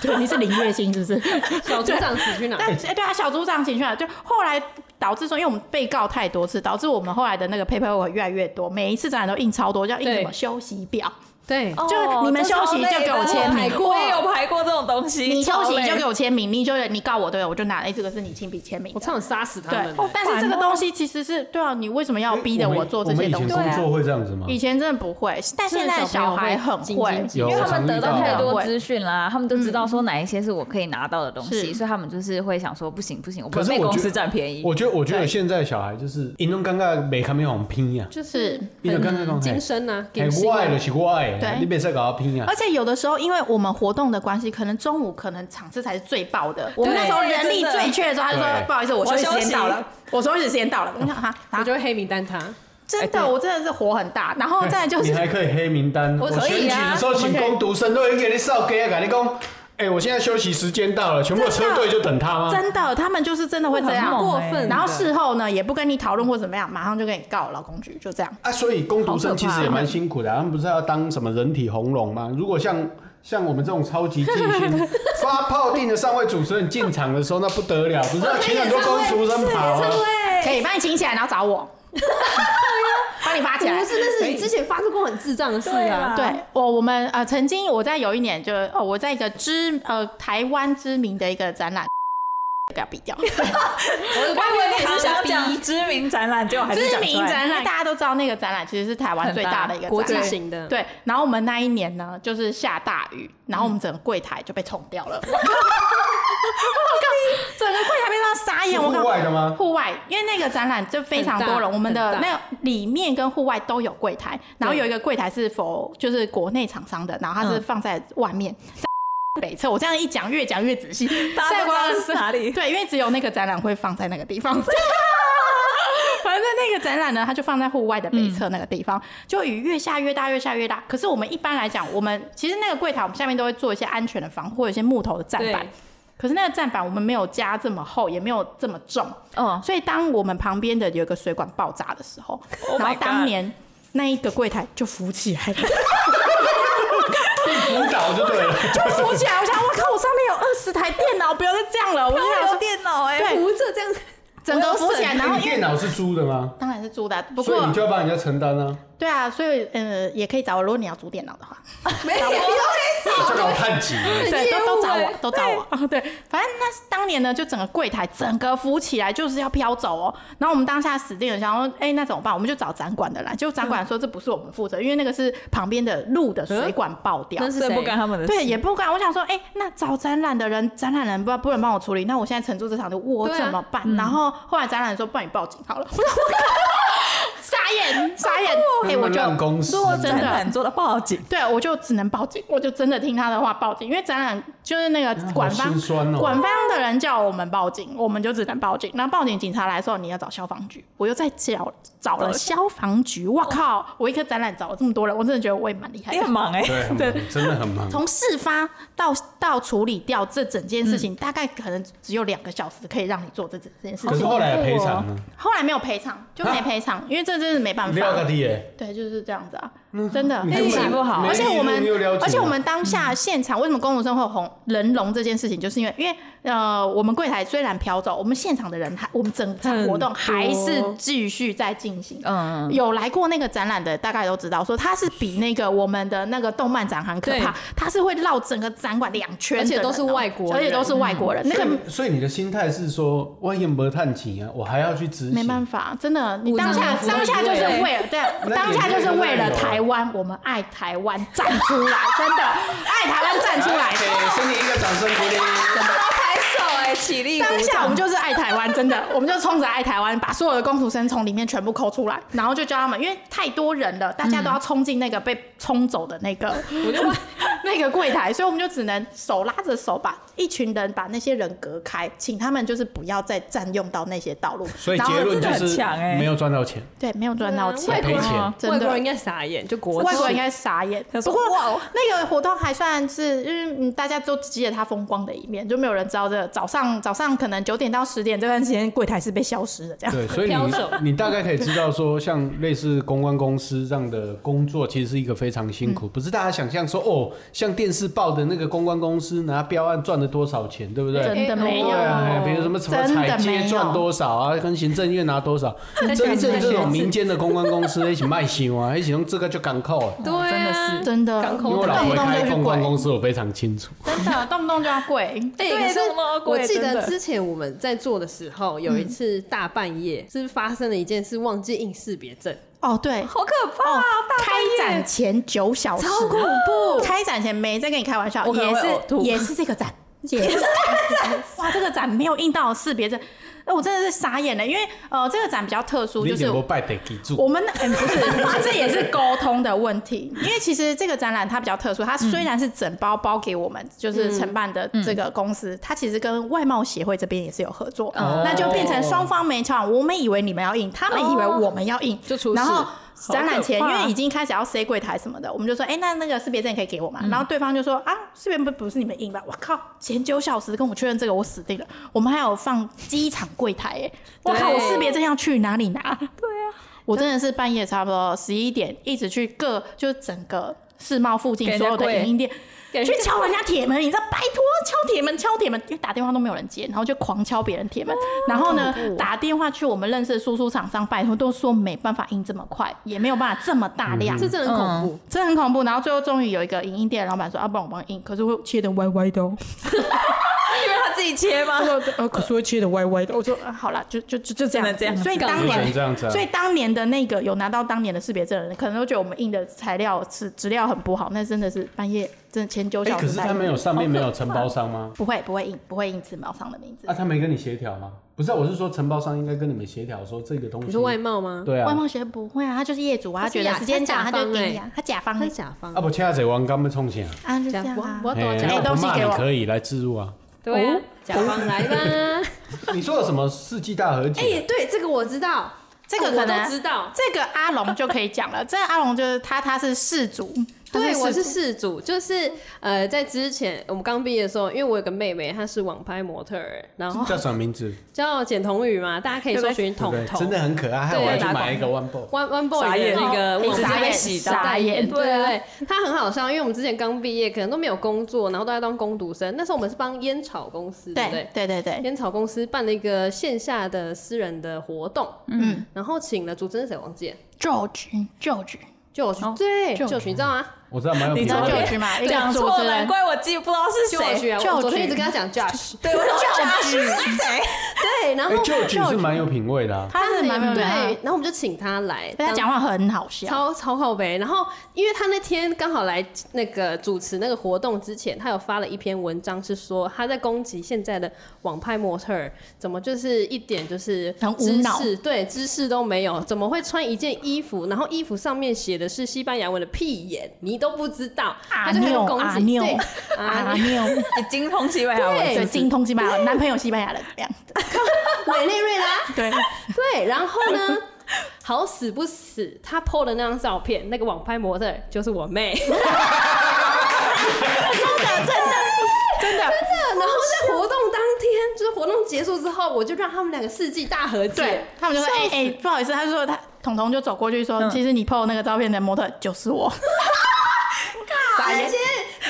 Speaker 4: 对，你是林月星是不是？
Speaker 3: 小组长死去哪？
Speaker 4: 但哎、对啊，小组长请去了，就后来导致说，因为我们被告太多次，导致我们后来的那个 paperwork 越来越多，每一次展览都印超多，要印什么
Speaker 3: 对
Speaker 4: 休息表，
Speaker 3: 对，
Speaker 2: 哦
Speaker 4: 就你们休息就给我签名
Speaker 2: 这超累的我也有排过这种东西，
Speaker 4: 你休息就给
Speaker 2: 我。
Speaker 4: 我签名，你就你告我对，我就拿哎这个是你亲笔签名
Speaker 3: 我
Speaker 4: 的。
Speaker 3: 差点杀死他
Speaker 4: 对哦
Speaker 3: 们。，
Speaker 4: 但是这个东西其实是对啊，你为什么要逼着我做这些
Speaker 1: 们
Speaker 4: 东
Speaker 1: 以
Speaker 4: 西啊
Speaker 1: 前？工作会啊这样子吗？
Speaker 4: 以前真的不会，但现在小孩很
Speaker 3: 现在小朋友
Speaker 4: 会
Speaker 3: 会，
Speaker 1: 有
Speaker 2: 因为
Speaker 1: 我
Speaker 2: 他
Speaker 1: 常
Speaker 2: 们得
Speaker 1: 遇
Speaker 2: 到太
Speaker 1: 啊
Speaker 2: 多资讯啦，他们都知道说哪一些是我可以拿到的东西，
Speaker 4: 嗯是
Speaker 2: 所以他们就是会想说不行不行，我不
Speaker 1: 可
Speaker 2: 能
Speaker 1: 是我
Speaker 2: 被公
Speaker 1: 觉
Speaker 2: 司占便宜。
Speaker 1: 我觉得，我觉得
Speaker 2: 对
Speaker 1: 现在小孩就是，因为尴尬没看没往拼呀，
Speaker 3: 就是
Speaker 1: 因为尴尬讲
Speaker 3: 今
Speaker 1: 嘿，
Speaker 3: 生啊，今
Speaker 1: 嘿
Speaker 3: 生
Speaker 1: 我
Speaker 3: 啊
Speaker 1: 爱就是我爱的，
Speaker 4: 对
Speaker 1: 你别再搞我拼呀
Speaker 4: 而。且有的时候，因为我们活动的关系，可能中午可能场次才是最爆的。我们那时候人力最缺的时候，他就说
Speaker 1: 对：“
Speaker 4: 不好意思，我休息时间到
Speaker 2: 我休
Speaker 4: 了，我休息时间到了。”我想哈，
Speaker 3: 我
Speaker 4: 啊
Speaker 3: 就会黑名单他。
Speaker 4: 真的，我真的是火很大。然后再就
Speaker 1: 哎你
Speaker 4: 是
Speaker 1: 还可以黑名单，
Speaker 2: 我
Speaker 1: 我
Speaker 2: 可
Speaker 1: 选
Speaker 2: 以
Speaker 1: 举
Speaker 2: 啊
Speaker 1: 的时候，请
Speaker 4: 我们可以
Speaker 1: 工读生都会给你扫街啊，跟你讲，哎，我现在休息时间到了，全部的
Speaker 4: 真的
Speaker 1: 车队就等他吗？
Speaker 4: 真的，他们就是真的会这
Speaker 2: 很
Speaker 4: 样
Speaker 2: 猛
Speaker 3: 过
Speaker 2: 欸
Speaker 3: 分
Speaker 4: 然后事后呢，也不跟你讨论或怎么样，马上就跟你告劳工局，就这样。
Speaker 1: 啊，所以工读生其
Speaker 4: 啊
Speaker 1: 实也蛮辛苦的、啊他们不是要当什么人体红龙吗？如果像像我们这种超级巨星发泡定的上位主持人进场的时候，那不得了，不是要请很多工读生跑啊？
Speaker 4: 可以帮你请起来，然后找我， 帮你发起来。
Speaker 3: 不哦是，那是你之前发生过很智障的事
Speaker 2: 对啊。
Speaker 3: 啊
Speaker 4: 对我，我们呃，曾经我在有一年就哦，我在一个知呃台湾知名的一个展览， 给它毙掉，
Speaker 2: 我以为你是想讲知名展览，结果还是
Speaker 4: 知
Speaker 2: 讲出来
Speaker 4: 名展览，大家都知道那个展览其实是台湾最大的一个
Speaker 3: 国
Speaker 4: 展
Speaker 3: 际
Speaker 4: 览。
Speaker 3: 型的，
Speaker 4: 对，然后我们那一年呢，就是下大雨，然后我们整个柜台就被冲掉了。我 靠，整个柜台被他傻眼，
Speaker 1: 是
Speaker 4: 我靠！
Speaker 1: 户外的吗？
Speaker 4: 户外，因为那个展览就非常多
Speaker 3: 很大
Speaker 4: 人，我们的
Speaker 3: 很大
Speaker 4: 那里面跟户外都有柜台，然后有一个柜台是否就是国内厂商的，然后它是
Speaker 2: 嗯
Speaker 4: 放在外面。在北侧，我这样一讲越讲越仔细，
Speaker 2: 大家
Speaker 4: 在
Speaker 2: 都知
Speaker 4: 国
Speaker 2: 道是哪里。
Speaker 4: 对，因为只有那个展览会放在那个地方。 反正那个展览呢，它就放在户外的北侧那个地方，就雨越下越大，越下越大。可是我们一般来讲，我们其实那个柜台我们下面都会做一些安全的防护，或者一些木头的站板
Speaker 3: 对。
Speaker 4: 可是那个站板我们没有加这么厚，也没有这么重，
Speaker 2: 哦，
Speaker 4: 所以当我们旁边的有一个水管爆炸的时候
Speaker 2: Oh
Speaker 4: 然
Speaker 2: my
Speaker 4: 后
Speaker 2: God
Speaker 4: 当年那一个柜台就浮起来，
Speaker 1: 舞蹈就对了，
Speaker 4: 就浮起来。我想，我靠，我上面有二十台电脑，不要再这样了。我就想说，
Speaker 2: 电脑哎
Speaker 4: 对
Speaker 3: 扶着这样，
Speaker 4: 整个浮起来，
Speaker 1: 哎
Speaker 4: 然后
Speaker 1: 你
Speaker 4: 因为
Speaker 1: 电脑是租的吗？
Speaker 4: 当然是租的啊，不
Speaker 1: 所以
Speaker 4: 过
Speaker 1: 你就要帮人家承担啊，
Speaker 4: 对啊，所以呃也可以找我，如果你要租电脑的话，
Speaker 3: 没有，
Speaker 1: 这种探级。
Speaker 4: 对，都都找
Speaker 3: 业
Speaker 4: 我
Speaker 3: 务欸，
Speaker 4: 都找我。啊对，反正那是当年呢，就整个柜台整个浮起来，就是要飘走哦。然后我们当下死定了，想说，哎，那怎么办？我们就找展馆的来。结果展馆说这不是我们负责，因为那个是旁边的路的水管爆掉。嗯
Speaker 3: 那是
Speaker 2: 这
Speaker 3: 谁
Speaker 2: 不干他们的事。
Speaker 4: 对，也不敢。我想说，哎、那找展览的人，展览人不不能帮我处理，那我现在承租这场地，我
Speaker 3: 对啊
Speaker 4: 怎么办？然后后来展览说，不然你报警好了。 我说我靠傻眼，傻眼，哎、我就
Speaker 1: 让公司
Speaker 4: 做真
Speaker 2: 展
Speaker 4: 的。
Speaker 2: 览做到报警，
Speaker 4: 对，我就只能报警，我就真的听他的话报警，因为展览就是那个
Speaker 1: 好
Speaker 4: 管方
Speaker 1: 心，酸哦
Speaker 4: 管方的人叫我们报警，我们就只能报警。然后报警，警察来的时候，你要找消防局，我又再找找了消防局。我靠，我一个展览找了这么多人，我真的觉得我也蛮厉害
Speaker 2: 你
Speaker 4: 的
Speaker 2: 很。忙哎。
Speaker 1: 对，很啊忙，真的很 忙。
Speaker 4: 从事发到到处理掉这整件事情，大概可能只有两个小时可以让你做这整件事
Speaker 1: 可是
Speaker 4: 情。
Speaker 1: 后来的赔偿呢？啊
Speaker 4: 后来没有赔偿，就没赔偿，因为这真是没办
Speaker 1: 料个
Speaker 4: 法。
Speaker 1: 地耶，
Speaker 4: 对，就是这样子啊，真的。
Speaker 1: 你
Speaker 2: 根
Speaker 1: 根
Speaker 2: 运气
Speaker 1: 本
Speaker 2: 不好
Speaker 1: 没
Speaker 4: 而且我们
Speaker 1: 没有了解，啊
Speaker 4: 而且我们当下现场为什么公主生会有红人龙这件事情，就是因为因为呃，我们柜台虽然飘走，我们现场的人还，我们整场活动还是继续在进行。
Speaker 2: 嗯，
Speaker 4: 有来过那个展览的，大概都知道，说它是比那个我们的那个动漫展还可怕
Speaker 3: 对，
Speaker 4: 它是会绕整个展馆两圈的
Speaker 3: 而且
Speaker 4: 人哦，
Speaker 3: 都是外国
Speaker 4: 而且
Speaker 3: 人
Speaker 4: 都是外国人，那个
Speaker 1: 所以所以你的心态是说，我也没探钱啊，我还要去执行。
Speaker 4: 没办法，真的，你当
Speaker 3: 我
Speaker 4: 下
Speaker 3: 真的
Speaker 4: 当下就是为了对，
Speaker 1: 那
Speaker 4: 当下就是为了台湾，我们爱台湾站出来，真的爱台湾
Speaker 3: 哎
Speaker 4: 站出 来
Speaker 1: 来，。给森林哎一个掌声 鼓励。
Speaker 2: 拍手哎，起立
Speaker 4: 当下我们就是爱台湾，真的， 我们就冲着爱台湾，把所有的工读生从里面全部抠出来，然后就叫他们，因为太多人了，大家都要冲进那个被冲走的那个， 我就那个柜台，所以我们就只能手拉着手把一群人把那些人隔开，请他们就是不要再占用到那些道路。
Speaker 1: 所以
Speaker 4: 然后
Speaker 1: 结论就
Speaker 2: 真的很
Speaker 1: 是
Speaker 2: 强欸
Speaker 1: 没有赚到钱，
Speaker 4: 对，没有赚到钱
Speaker 3: 外。国人
Speaker 1: 赔钱
Speaker 4: 真的
Speaker 3: 外国人应该傻眼，就国
Speaker 4: 外国人应
Speaker 3: 该
Speaker 4: 该傻眼。
Speaker 2: 他
Speaker 4: 不
Speaker 2: 说
Speaker 4: 过
Speaker 2: 哇
Speaker 4: 那个活动还算是，因为嗯大家都只记得它风光的一面，就没有人知道这个早上早上可能九点到十点这段时间柜台是被消失的这样。
Speaker 1: 对，所以
Speaker 3: 哎飘走
Speaker 1: 你你大概可以知道说，
Speaker 3: 嗯
Speaker 1: 像类似公关公司这样的工作，其实是一个非常辛苦，不是大家想象说哦，像电视报的那个公关公司拿标案赚了多少钱， 对不对？
Speaker 4: 真的没有
Speaker 1: 对啊，比如什么什么
Speaker 4: 真的
Speaker 1: 彩
Speaker 4: 没
Speaker 1: 街
Speaker 4: 有
Speaker 1: 赚多少啊，跟行政院拿多 少，真正这种民间的公关公司一起卖新啊，一起用这个就港口。
Speaker 2: 对啊
Speaker 5: 真的是
Speaker 4: 真的，
Speaker 3: 港
Speaker 1: 因
Speaker 4: 动
Speaker 1: 为
Speaker 3: 口
Speaker 1: 我
Speaker 4: 不
Speaker 1: 老婆
Speaker 4: 动
Speaker 1: 开
Speaker 4: 就去
Speaker 1: 公关公
Speaker 4: 贵，
Speaker 1: 司，我非常清楚。
Speaker 4: 真的动不动就要贵。
Speaker 2: 哎
Speaker 3: 对，
Speaker 2: 可
Speaker 3: 可
Speaker 2: 是
Speaker 3: 是
Speaker 2: 我
Speaker 3: 我记
Speaker 2: 记
Speaker 3: 得
Speaker 2: 得
Speaker 3: 之前我们在做的时候，有一次大半夜是发生了一件事，忘记印识别证，
Speaker 4: 哦，对，
Speaker 2: 好可怕
Speaker 4: 哦
Speaker 2: 啊，大
Speaker 4: 开
Speaker 2: 半夜
Speaker 4: 展前九小时，
Speaker 2: 超恐怖
Speaker 4: 开展前没在跟你开玩笑，
Speaker 2: 我可能
Speaker 4: 也
Speaker 2: 会
Speaker 4: 是
Speaker 2: 呕吐
Speaker 4: 也是这 个展，也是 哇，这个展没有印到识别证，哎，我真的是傻眼了，因为呃，这个展比较特殊，
Speaker 1: 你
Speaker 4: 就
Speaker 1: 怎
Speaker 4: 是
Speaker 1: 么拜得记住？
Speaker 4: 我们的、嗯不是，这也是沟通的问题。因为其实这个展览它比较特殊，它虽然是整包包给我们，就是承办的
Speaker 3: 嗯
Speaker 4: 这个公司，它其实跟外贸协会这边也是有合作，
Speaker 3: 嗯
Speaker 1: 哦
Speaker 4: 那就变成双方没敲完。我们以为你们要印，他们以为我们要印，
Speaker 3: 哦就出事
Speaker 4: 然后展览前，
Speaker 3: 好
Speaker 4: 因
Speaker 3: 可怕
Speaker 4: 为已经开始要塞柜台什么的，我们就说，哎、那那个识别证可以给我吗？
Speaker 3: 嗯
Speaker 4: 然后对方就说，啊，识别不不是你们印吧？我靠，前九小时跟我确认这个，我死定了。我们还有放机场柜台、哎，我靠，我识别证要去哪里拿？我真的是半夜差不多十一点，一直去各就整个世贸附
Speaker 5: 给
Speaker 4: 近
Speaker 5: 人
Speaker 4: 所
Speaker 5: 家
Speaker 4: 有的
Speaker 5: 跪
Speaker 4: 影音店
Speaker 5: 给人
Speaker 4: 去
Speaker 5: 家
Speaker 4: 敲人家铁门，你知道，拜托敲铁门，敲铁门，因为打电话都没有人接，然后就狂敲别人铁门，然后呢打电话去我们认识的输出厂商，拜托都说没办法印这么快，也没有办法这么大量，嗯
Speaker 3: 这真的很恐怖。
Speaker 4: 真的很恐怖。然后最后终于有一个影音店的老板说：“啊，不然我帮你印，可是会切的歪歪 的哦。
Speaker 2: 因为他自己切吗
Speaker 4: 他？说：“呃，可是会切的歪歪的。”我说：“啊，好了，就就就就这
Speaker 5: 真
Speaker 4: 样
Speaker 5: 的这样
Speaker 4: 所以
Speaker 5: 搞
Speaker 4: 当
Speaker 1: 就
Speaker 4: 年
Speaker 1: 成这样子啊
Speaker 4: 所以当年的那个有拿到当年的识别证的人，可能都觉得我们印的材料质质量很不好，那真的是半夜真的前九
Speaker 1: 哎，
Speaker 4: 小时
Speaker 1: 可
Speaker 4: 半夜。
Speaker 1: 是他没有上面没有承包商吗？
Speaker 4: 不会不会印不会印自贸商的名字
Speaker 1: 啊，。他没跟你协调吗？不是啊，我是说承包商应该跟你们协调，说这个东西。
Speaker 3: 你说外贸吗？
Speaker 1: 对
Speaker 4: 外
Speaker 1: 啊，
Speaker 4: 贸协不会啊，他就是业主啊，他
Speaker 3: 他是
Speaker 4: 觉得
Speaker 3: 甲
Speaker 4: 时间到
Speaker 3: 他
Speaker 4: 他
Speaker 3: 甲
Speaker 4: 就
Speaker 3: 方
Speaker 4: 给
Speaker 3: 欸
Speaker 4: 你啊，他甲方
Speaker 3: 他
Speaker 4: 欸
Speaker 3: 是甲方
Speaker 1: 啊，不，恰在王刚被冲钱。
Speaker 4: 啊就这
Speaker 3: 甲
Speaker 4: 样
Speaker 3: 我
Speaker 4: 啊。
Speaker 3: 我懂
Speaker 1: 哎
Speaker 3: 甲
Speaker 4: 哎
Speaker 1: 那
Speaker 4: 东
Speaker 1: 我
Speaker 4: 西
Speaker 1: 骂
Speaker 4: 给
Speaker 1: 你
Speaker 4: 我
Speaker 1: 可以来置入啊。
Speaker 2: 对啊
Speaker 3: 哦甲方来吧。
Speaker 1: 你说有什么世纪大和解？ 啊
Speaker 3: 哎，对，这个我知道，
Speaker 4: 这个
Speaker 3: 我
Speaker 4: 可能
Speaker 3: 都知道。
Speaker 4: 这个阿龙就可以讲了，这个阿龙就是他，他是氏族，他
Speaker 3: 对，我
Speaker 4: 氏
Speaker 3: 是
Speaker 4: 族
Speaker 3: 事主，就是呃，在之前我们刚毕业的时候，因为我有个妹妹，她是网拍模特儿，然后
Speaker 4: 哦
Speaker 1: 叫什么名字？
Speaker 3: 叫简童宇嘛，大家可以搜
Speaker 1: 对
Speaker 3: 寻
Speaker 1: 不
Speaker 3: 统
Speaker 1: 对？
Speaker 3: 统，
Speaker 1: 真的很
Speaker 4: 啊
Speaker 1: 可爱，害
Speaker 3: 对
Speaker 1: 我还去
Speaker 3: 打
Speaker 1: 买一个 One Boy。
Speaker 3: One One Boy
Speaker 5: 傻
Speaker 3: 的
Speaker 5: 眼
Speaker 3: 那个
Speaker 4: 哦
Speaker 3: 网
Speaker 4: 傻眼
Speaker 3: 站被洗到
Speaker 4: 傻眼
Speaker 3: 对对
Speaker 2: 对
Speaker 3: 对， 他很好笑，因为我们之前刚毕业，可能都没有工作，然后都在当工读生。那时候我们是帮烟草公司，对不
Speaker 4: 对
Speaker 3: 对？
Speaker 4: 对对对，
Speaker 3: 烟草公司办了一个线下的私人的活动，
Speaker 4: 嗯
Speaker 3: 然后请了主持人是谁忘记了，
Speaker 4: ，George George，
Speaker 3: 就
Speaker 2: 哦
Speaker 3: 对，
Speaker 4: 就
Speaker 3: 就你知道吗？
Speaker 1: 我知道蛮有
Speaker 4: 你
Speaker 1: 品
Speaker 4: 知道
Speaker 1: 味
Speaker 4: George
Speaker 1: 的。
Speaker 4: 吗？一个
Speaker 2: 讲
Speaker 4: 主
Speaker 2: 错了，
Speaker 4: 持人
Speaker 2: 难怪我记不知道是
Speaker 3: 就
Speaker 2: 谁。
Speaker 3: 去啊，
Speaker 4: 就
Speaker 3: 我昨天
Speaker 4: 去
Speaker 3: 一直跟他讲 Josh，
Speaker 2: 对，我说
Speaker 4: 教
Speaker 2: 是谁？
Speaker 3: 对，然后
Speaker 1: 哎，George
Speaker 4: 哦
Speaker 1: 是蛮有品味的啊。
Speaker 4: 他是蛮没有
Speaker 3: 对
Speaker 4: 礼貌的，，
Speaker 3: 然后我们就请他来，
Speaker 4: 但他讲话很好笑，
Speaker 3: 超超靠北。然后，因为他那天刚好来那个主持那个活动之前，他有发了一篇文章，是说他在攻击现在的网拍模特儿，怎么就是一点就是
Speaker 4: 很无
Speaker 3: 知
Speaker 4: 脑
Speaker 3: 识，对知识都没有，怎么会穿一件衣服，然后衣服上面写的是西班牙文的屁眼，你都不知道，
Speaker 4: 阿
Speaker 3: 他就开始
Speaker 4: 妞
Speaker 3: 攻
Speaker 4: 阿
Speaker 3: 击，
Speaker 4: 妞
Speaker 3: 对，
Speaker 4: 阿
Speaker 3: 啊，
Speaker 4: 妞，
Speaker 2: 你精通西班牙文，
Speaker 4: 对，
Speaker 3: 对
Speaker 4: 精通西班牙文，男朋友西班牙人，这样，
Speaker 3: 委内瑞拉。
Speaker 4: 对，
Speaker 3: 对，然后呢， 好死不死，他 PO 的那张照片，那个网拍模特儿就是我妹，真的真的真的真的。然后在活动当天，就是活动结束之后，我就让他们两个世纪大和
Speaker 4: 对
Speaker 3: 解。啊
Speaker 4: 他们就说，
Speaker 3: 笑
Speaker 4: 哎
Speaker 3: 死
Speaker 4: 哎，不好意思，他说他彤彤就走过去说，其实你 PO 那个照片的模特就是我，
Speaker 3: 傻眼，世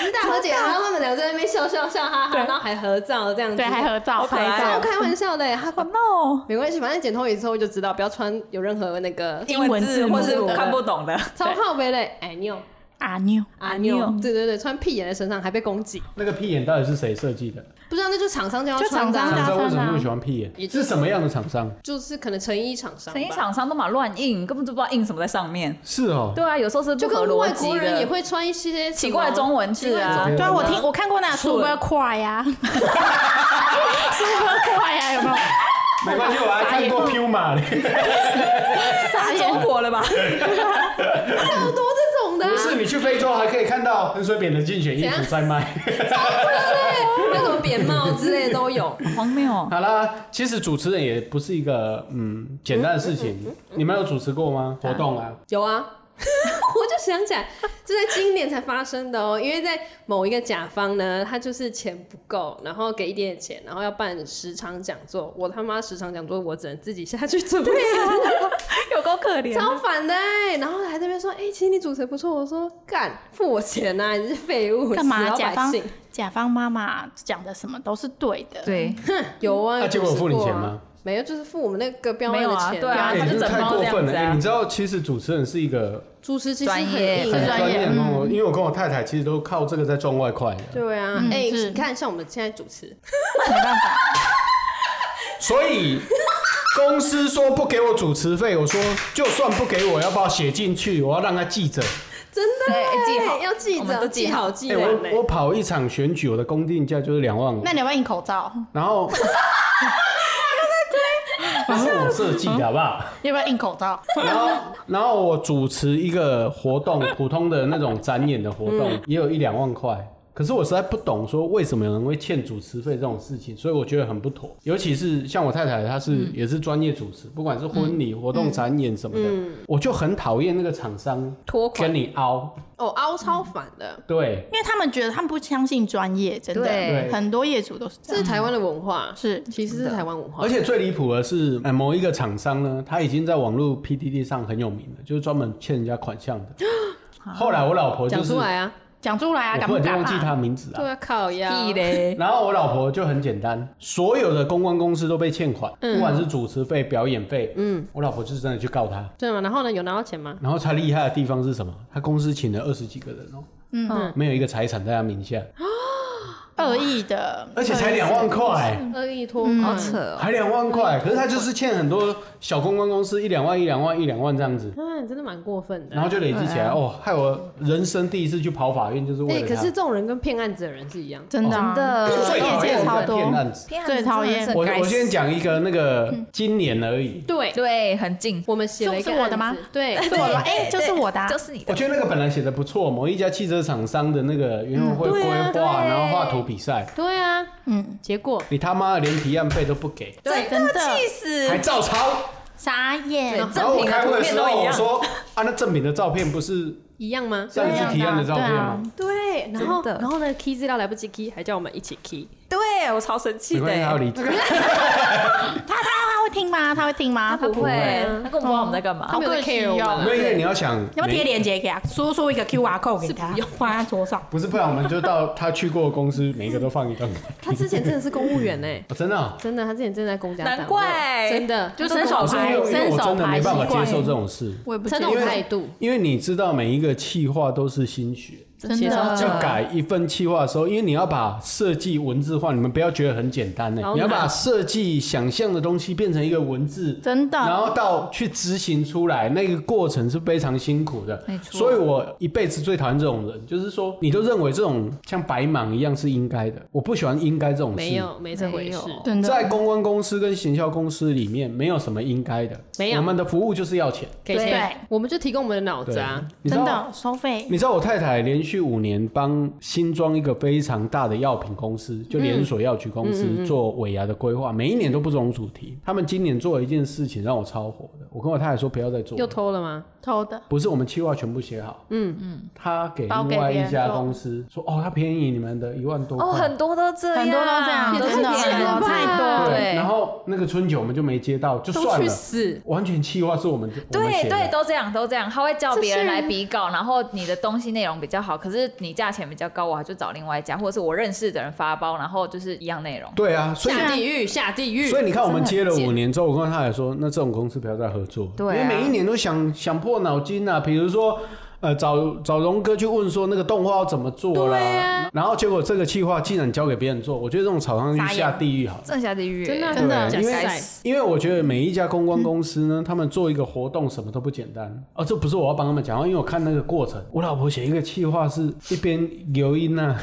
Speaker 3: 纪大和解，然后他们两个在那边笑笑笑哈哈，
Speaker 4: 对
Speaker 3: 然后还合照这样子，
Speaker 4: 对，还合照
Speaker 2: 好可爱
Speaker 4: 拍
Speaker 2: 哦
Speaker 3: 超
Speaker 4: 照，
Speaker 3: 开玩笑的，他
Speaker 2: 好哦 no，
Speaker 3: 没关系，反正剪头以之后就知道，不要穿有任何那个
Speaker 4: 英文字母
Speaker 2: 或是看不懂的，
Speaker 3: 超靠背的哎妞
Speaker 4: 阿妞，
Speaker 3: 阿
Speaker 2: 妞
Speaker 3: 妞，对对对，穿屁眼在身上还被攻击。
Speaker 1: 那个屁眼到底是谁设计的？
Speaker 3: 不知道，那就厂商就要
Speaker 4: 就
Speaker 3: 穿的啊
Speaker 4: 厂
Speaker 1: 厂
Speaker 4: 商
Speaker 1: 商为什么那么喜欢屁眼？是什么样的厂商？
Speaker 3: 就是可能成衣厂商吧，
Speaker 2: 成衣厂商都嘛乱印，根本就不知道印什么在上面。
Speaker 1: 是哦，
Speaker 2: 对啊，有时候是不
Speaker 3: 就
Speaker 2: 合
Speaker 3: 跟
Speaker 2: 逻
Speaker 3: 外
Speaker 2: 辑
Speaker 3: 国
Speaker 2: 的
Speaker 3: 人也会穿一些
Speaker 2: 奇怪的中文字
Speaker 1: 奇
Speaker 2: 啊
Speaker 1: 怪的中文。
Speaker 4: 对啊，我听我看过那 Super Cry 啊，Super Cry 啊，有没有？
Speaker 1: 没关系，我还看过 Puma 的。
Speaker 2: 太中国了吧？
Speaker 3: 超多这种的啊、
Speaker 1: 不是，你去非洲还可以看到喷水扁的竞选衣服在 卖。
Speaker 3: 对，那种扁帽之类都有。
Speaker 2: 荒谬哦！
Speaker 1: 好啦，其实主持人
Speaker 2: 嗯
Speaker 1: 也不是一个嗯简单的事情。你们有主持过吗？活动啊？
Speaker 3: 有啊， 我就想起来，就在今年才发生的哦，因为在某一个甲方呢，他就是钱不够，然后给一点点钱，然后要办十场讲座，我他妈十场讲座，我只能自己下去啊主持，
Speaker 2: 有够可怜的。
Speaker 3: 超烦的哎、然后还在那边说，哎、其实你主持得不错，我说干付我钱呐、 你是废物，
Speaker 4: 干嘛？
Speaker 3: 死老
Speaker 4: 甲
Speaker 3: 百
Speaker 4: 方
Speaker 3: 姓
Speaker 4: 甲方妈妈讲的什么都是对的，，
Speaker 2: 对，
Speaker 3: 有啊，
Speaker 1: 那
Speaker 3: 有
Speaker 1: 结果有
Speaker 3: 主持
Speaker 1: 付你
Speaker 3: 过
Speaker 1: 钱
Speaker 3: 啊
Speaker 1: 吗？
Speaker 3: 没有，就是付我们那个标案
Speaker 2: 没有
Speaker 3: 的
Speaker 2: 啊
Speaker 3: 钱，
Speaker 2: 对啊
Speaker 1: 哎
Speaker 2: 他
Speaker 1: 你
Speaker 2: 就
Speaker 1: 这
Speaker 2: 整
Speaker 1: 太
Speaker 2: 包
Speaker 1: 过
Speaker 2: 这样
Speaker 1: 分了！
Speaker 2: 子啊
Speaker 1: 哎你知道，其实主持人是一个
Speaker 3: 主持其实
Speaker 2: 专
Speaker 3: 很
Speaker 2: 业
Speaker 1: 很
Speaker 2: 很
Speaker 3: 硬啊的
Speaker 4: 专
Speaker 1: 专
Speaker 4: 业
Speaker 1: 业的哦，因为我跟我太太其实都靠这个在赚外快的。
Speaker 3: 对啊，哎、
Speaker 4: 嗯是
Speaker 3: 你看像我们现在主持，
Speaker 4: 没办法，
Speaker 1: 所以公司说不给我主持费，我说就算不给我，要把我写进去，我要让他记着。
Speaker 3: 真的
Speaker 2: 对
Speaker 3: 欸
Speaker 2: 记好
Speaker 3: 要记
Speaker 2: 我们
Speaker 3: 着，
Speaker 2: 都记
Speaker 3: 记好记
Speaker 1: 哎、
Speaker 3: 完嘞
Speaker 1: 我我跑一场选举，我的公定价就是两万五
Speaker 4: 那，你要不要印口罩？
Speaker 1: 然后。那是我设计的，好不好？
Speaker 4: 要不要印口罩？
Speaker 1: 然后，然后我主持一个活动，普通的那种展演的活动，也有一两万块。可是我实在不懂，说为什么有人会欠主持费这种事情，所以我觉得很不妥。尤其是像我太太，她是、也是专业主持，不管是婚礼、活动、展演什么的，我就很讨厌那个厂商
Speaker 2: 拖款
Speaker 1: 跟你凹。
Speaker 3: 哦，凹超反的，
Speaker 1: 对，
Speaker 4: 因为他们觉得他们不相信专业，真
Speaker 2: 对
Speaker 4: 的，
Speaker 1: 对
Speaker 4: 很多业主都是这
Speaker 3: 这
Speaker 4: 样
Speaker 3: 是。台湾的文化，
Speaker 4: 是
Speaker 3: 其实是台湾文化
Speaker 1: 而。且最离谱的是，呃，某一个厂商呢，他已经在网络 PDD 上很有名了，就是专门欠人家款项 的。后来我老婆就
Speaker 3: 啊讲
Speaker 1: 是，
Speaker 3: 出来啊，
Speaker 4: 讲出来啊，
Speaker 1: 我突
Speaker 4: 敢不
Speaker 1: 然就
Speaker 4: 敢
Speaker 1: 忘记
Speaker 4: 啊？
Speaker 1: 他的名字啊。
Speaker 3: 对啊，烤鸭，
Speaker 2: 屁嘞，
Speaker 1: 然后我老婆就很简单，所有的公关公司都被欠款，
Speaker 3: 嗯
Speaker 1: 不管是主持费、表演费，嗯，我老婆就是真的去告他。
Speaker 3: 对吗？然后呢，有拿到钱吗？
Speaker 1: 然后他厉害的地方是什么？他公司请了二十几个人哦、
Speaker 2: 嗯，
Speaker 1: 没有一个财产在他名下，
Speaker 4: 恶意的，
Speaker 1: 而且
Speaker 3: 哎
Speaker 1: 才两万块，
Speaker 3: 恶意拖
Speaker 4: 嗯
Speaker 2: 好
Speaker 3: 款，
Speaker 2: 扯哦。
Speaker 1: 还两万块，可是他就是欠很多小公关公司一两万、一两万、一两万这样子，
Speaker 3: 嗯，真的蛮过分的。
Speaker 1: 然后就累积起来，哦，害我人生第一次去跑法院就是为
Speaker 3: 哎，
Speaker 1: 了
Speaker 3: 可
Speaker 1: 他。
Speaker 3: 是这种人跟骗案子的人是一样，
Speaker 4: 真的啊
Speaker 2: 真的
Speaker 4: 所以业界超
Speaker 1: 最讨厌的是骗
Speaker 4: 多。
Speaker 1: 案子
Speaker 2: 天啊
Speaker 4: 最讨厌
Speaker 2: 真的是
Speaker 1: 我
Speaker 2: 很该
Speaker 1: 我先
Speaker 2: 死
Speaker 1: 讲一个那个今年而已，
Speaker 3: 对，
Speaker 2: 对，很近。
Speaker 3: 我们写了一个
Speaker 4: 是不是我的
Speaker 3: 案子
Speaker 4: 吗
Speaker 3: 对，
Speaker 4: 是我的吗哎就是我的啊
Speaker 2: 就是你
Speaker 1: 我
Speaker 2: 的。
Speaker 1: 觉得那个本来写的不错，某一家汽车厂商的那个园游会规
Speaker 3: 嗯对
Speaker 1: 划，
Speaker 2: 啊
Speaker 1: 然后画图比赛，
Speaker 3: 对啊，
Speaker 4: 嗯，
Speaker 3: 结果
Speaker 1: 你他妈的连提案费都不给，
Speaker 4: 对，真
Speaker 2: 真的
Speaker 4: 的
Speaker 2: 气
Speaker 1: 还
Speaker 2: 死！
Speaker 1: 照抄。
Speaker 4: 傻
Speaker 2: 对
Speaker 4: 眼。
Speaker 1: 然后我
Speaker 2: 正品的
Speaker 1: 开会的
Speaker 2: 图片
Speaker 1: 时
Speaker 2: 都
Speaker 1: 候
Speaker 2: 一
Speaker 1: 我
Speaker 2: 样
Speaker 1: 说啊，那正品的照片不是
Speaker 3: 一样吗？啊
Speaker 1: 上一次提案的照片
Speaker 4: 啊
Speaker 1: 吗？
Speaker 3: 对，然后
Speaker 2: 真的
Speaker 3: 然后呢，key 资料来不及 key，还叫我们一起 key，
Speaker 2: 对我超生
Speaker 1: 没
Speaker 2: 气的
Speaker 1: 关系，他要
Speaker 2: 欸。
Speaker 1: 离职。
Speaker 4: 他他他会听吗？他会听吗？
Speaker 2: 他不
Speaker 3: 不
Speaker 2: 会
Speaker 3: 会
Speaker 2: 欸，他根本不知道我们在干嘛
Speaker 3: 他。没有在
Speaker 4: 好可惜
Speaker 3: care
Speaker 4: 哦
Speaker 3: 我们
Speaker 1: 因
Speaker 3: 啊。
Speaker 1: 为因为你要想，
Speaker 4: 要不要贴
Speaker 1: 每
Speaker 4: 链接给他，输出一个 QR code 给他，放在桌上。
Speaker 1: 不是，不然我们就到他去过的公司，每一个都放一段。
Speaker 3: 他之前真的是公务员 呢，
Speaker 1: 哦真的哦，
Speaker 3: 真的，他之前真的在公家单位，
Speaker 2: 难怪
Speaker 3: 真的
Speaker 4: 就伸手
Speaker 1: 不是因
Speaker 4: 牌
Speaker 1: 为因为
Speaker 4: 伸
Speaker 1: 哦我
Speaker 4: 手
Speaker 1: 真的
Speaker 4: 牌
Speaker 1: 没
Speaker 4: 习
Speaker 1: 办法接
Speaker 4: 惯
Speaker 1: 受这种事，
Speaker 4: 我也不
Speaker 3: 他
Speaker 4: 接
Speaker 3: 那
Speaker 4: 受
Speaker 3: 种态度，
Speaker 1: 因为你知道每一个企划都是新学。
Speaker 4: 真
Speaker 3: 接受
Speaker 4: 的
Speaker 3: 不
Speaker 1: 就改一份企划的时候，因为你要把设计文字化，你们不要觉得很简单呢、
Speaker 3: 好难
Speaker 1: 你要把设计想象的东西变成一个文字，
Speaker 4: 真的
Speaker 1: 然后到去执行出来，那个过程是非常辛苦的。
Speaker 2: 没错
Speaker 1: 所以我一辈子最讨厌这种人，就是说你都认为这种像白忙一样是应该的，我不喜欢应该这种事。
Speaker 3: 没有没这回
Speaker 2: 没
Speaker 3: 事
Speaker 2: 有，
Speaker 4: 真
Speaker 1: 在
Speaker 4: 的
Speaker 1: 公关公司跟行销公司里面，没有什么应该的，
Speaker 3: 没有
Speaker 1: 我们的服务就是要钱。
Speaker 3: 给
Speaker 2: 对
Speaker 3: 钱，我们就提供我们的脑子啊，
Speaker 1: 你知
Speaker 4: 真
Speaker 1: 道
Speaker 4: 的收费
Speaker 1: 你知道我太太连续五年帮新庄一个非常大的药品公司，就连锁药局公司做尾牙的规划，每一年都不同主题。他们今年做了一件事情让我超火的，我跟我太太说不要再做
Speaker 3: 又
Speaker 1: 了，
Speaker 3: 偷了吗？
Speaker 4: 偷的，
Speaker 1: 不是我们计划全部写好，
Speaker 3: 嗯
Speaker 1: 嗯，他给
Speaker 4: 包给
Speaker 1: 另外
Speaker 4: 别
Speaker 1: 一
Speaker 4: 人
Speaker 1: 家
Speaker 4: 做
Speaker 1: 公司说哦，他便宜你们的一万多
Speaker 2: 哦，
Speaker 1: 块。
Speaker 2: 很多都这样，
Speaker 4: 很多都这样，
Speaker 3: 也
Speaker 2: 都
Speaker 3: 太
Speaker 2: 是
Speaker 4: 真的
Speaker 3: 贱
Speaker 2: 骗
Speaker 3: 了
Speaker 2: 人
Speaker 3: 吧
Speaker 2: 太多
Speaker 1: 对，
Speaker 2: 对
Speaker 1: 然后那个春酒我们就没接到，就
Speaker 3: 都
Speaker 1: 算
Speaker 3: 去
Speaker 1: 了，
Speaker 3: 死！
Speaker 1: 完全计划是我们我们
Speaker 2: 对
Speaker 1: 写的
Speaker 2: 对，，都这样，都这样。他会叫
Speaker 3: 这
Speaker 2: 别人
Speaker 3: 是
Speaker 2: 来比稿，然后你的东西内容比较好，可是你价钱比较高，我就找另外一家，或者是我认识的人发包，然后就是一样内容。
Speaker 1: 对啊，所以
Speaker 3: 下地狱，下地狱！
Speaker 1: 所以你看，我们接了
Speaker 2: 真的很
Speaker 1: 五年之后，我跟他也说，那这种公司不要再合作，
Speaker 2: 对啊
Speaker 1: 因为每一年都想想破脑筋啊。比如说，呃，找找荣哥去问说那个动画要怎么做啦，
Speaker 3: 对啊
Speaker 1: 然后结果这个计划竟然交给别人做，我觉得这种厂商去下地狱好了。
Speaker 2: 正下地狱欸，
Speaker 3: 真的啊
Speaker 1: 真的
Speaker 3: 假
Speaker 1: 因为
Speaker 3: 赛
Speaker 1: 因为我觉得每一家公关公司呢，他们做一个活动什么都不简单。哦，这不是我要帮他们讲话，因为我看那个过程，我老婆写一个企划是一边留音呐、啊，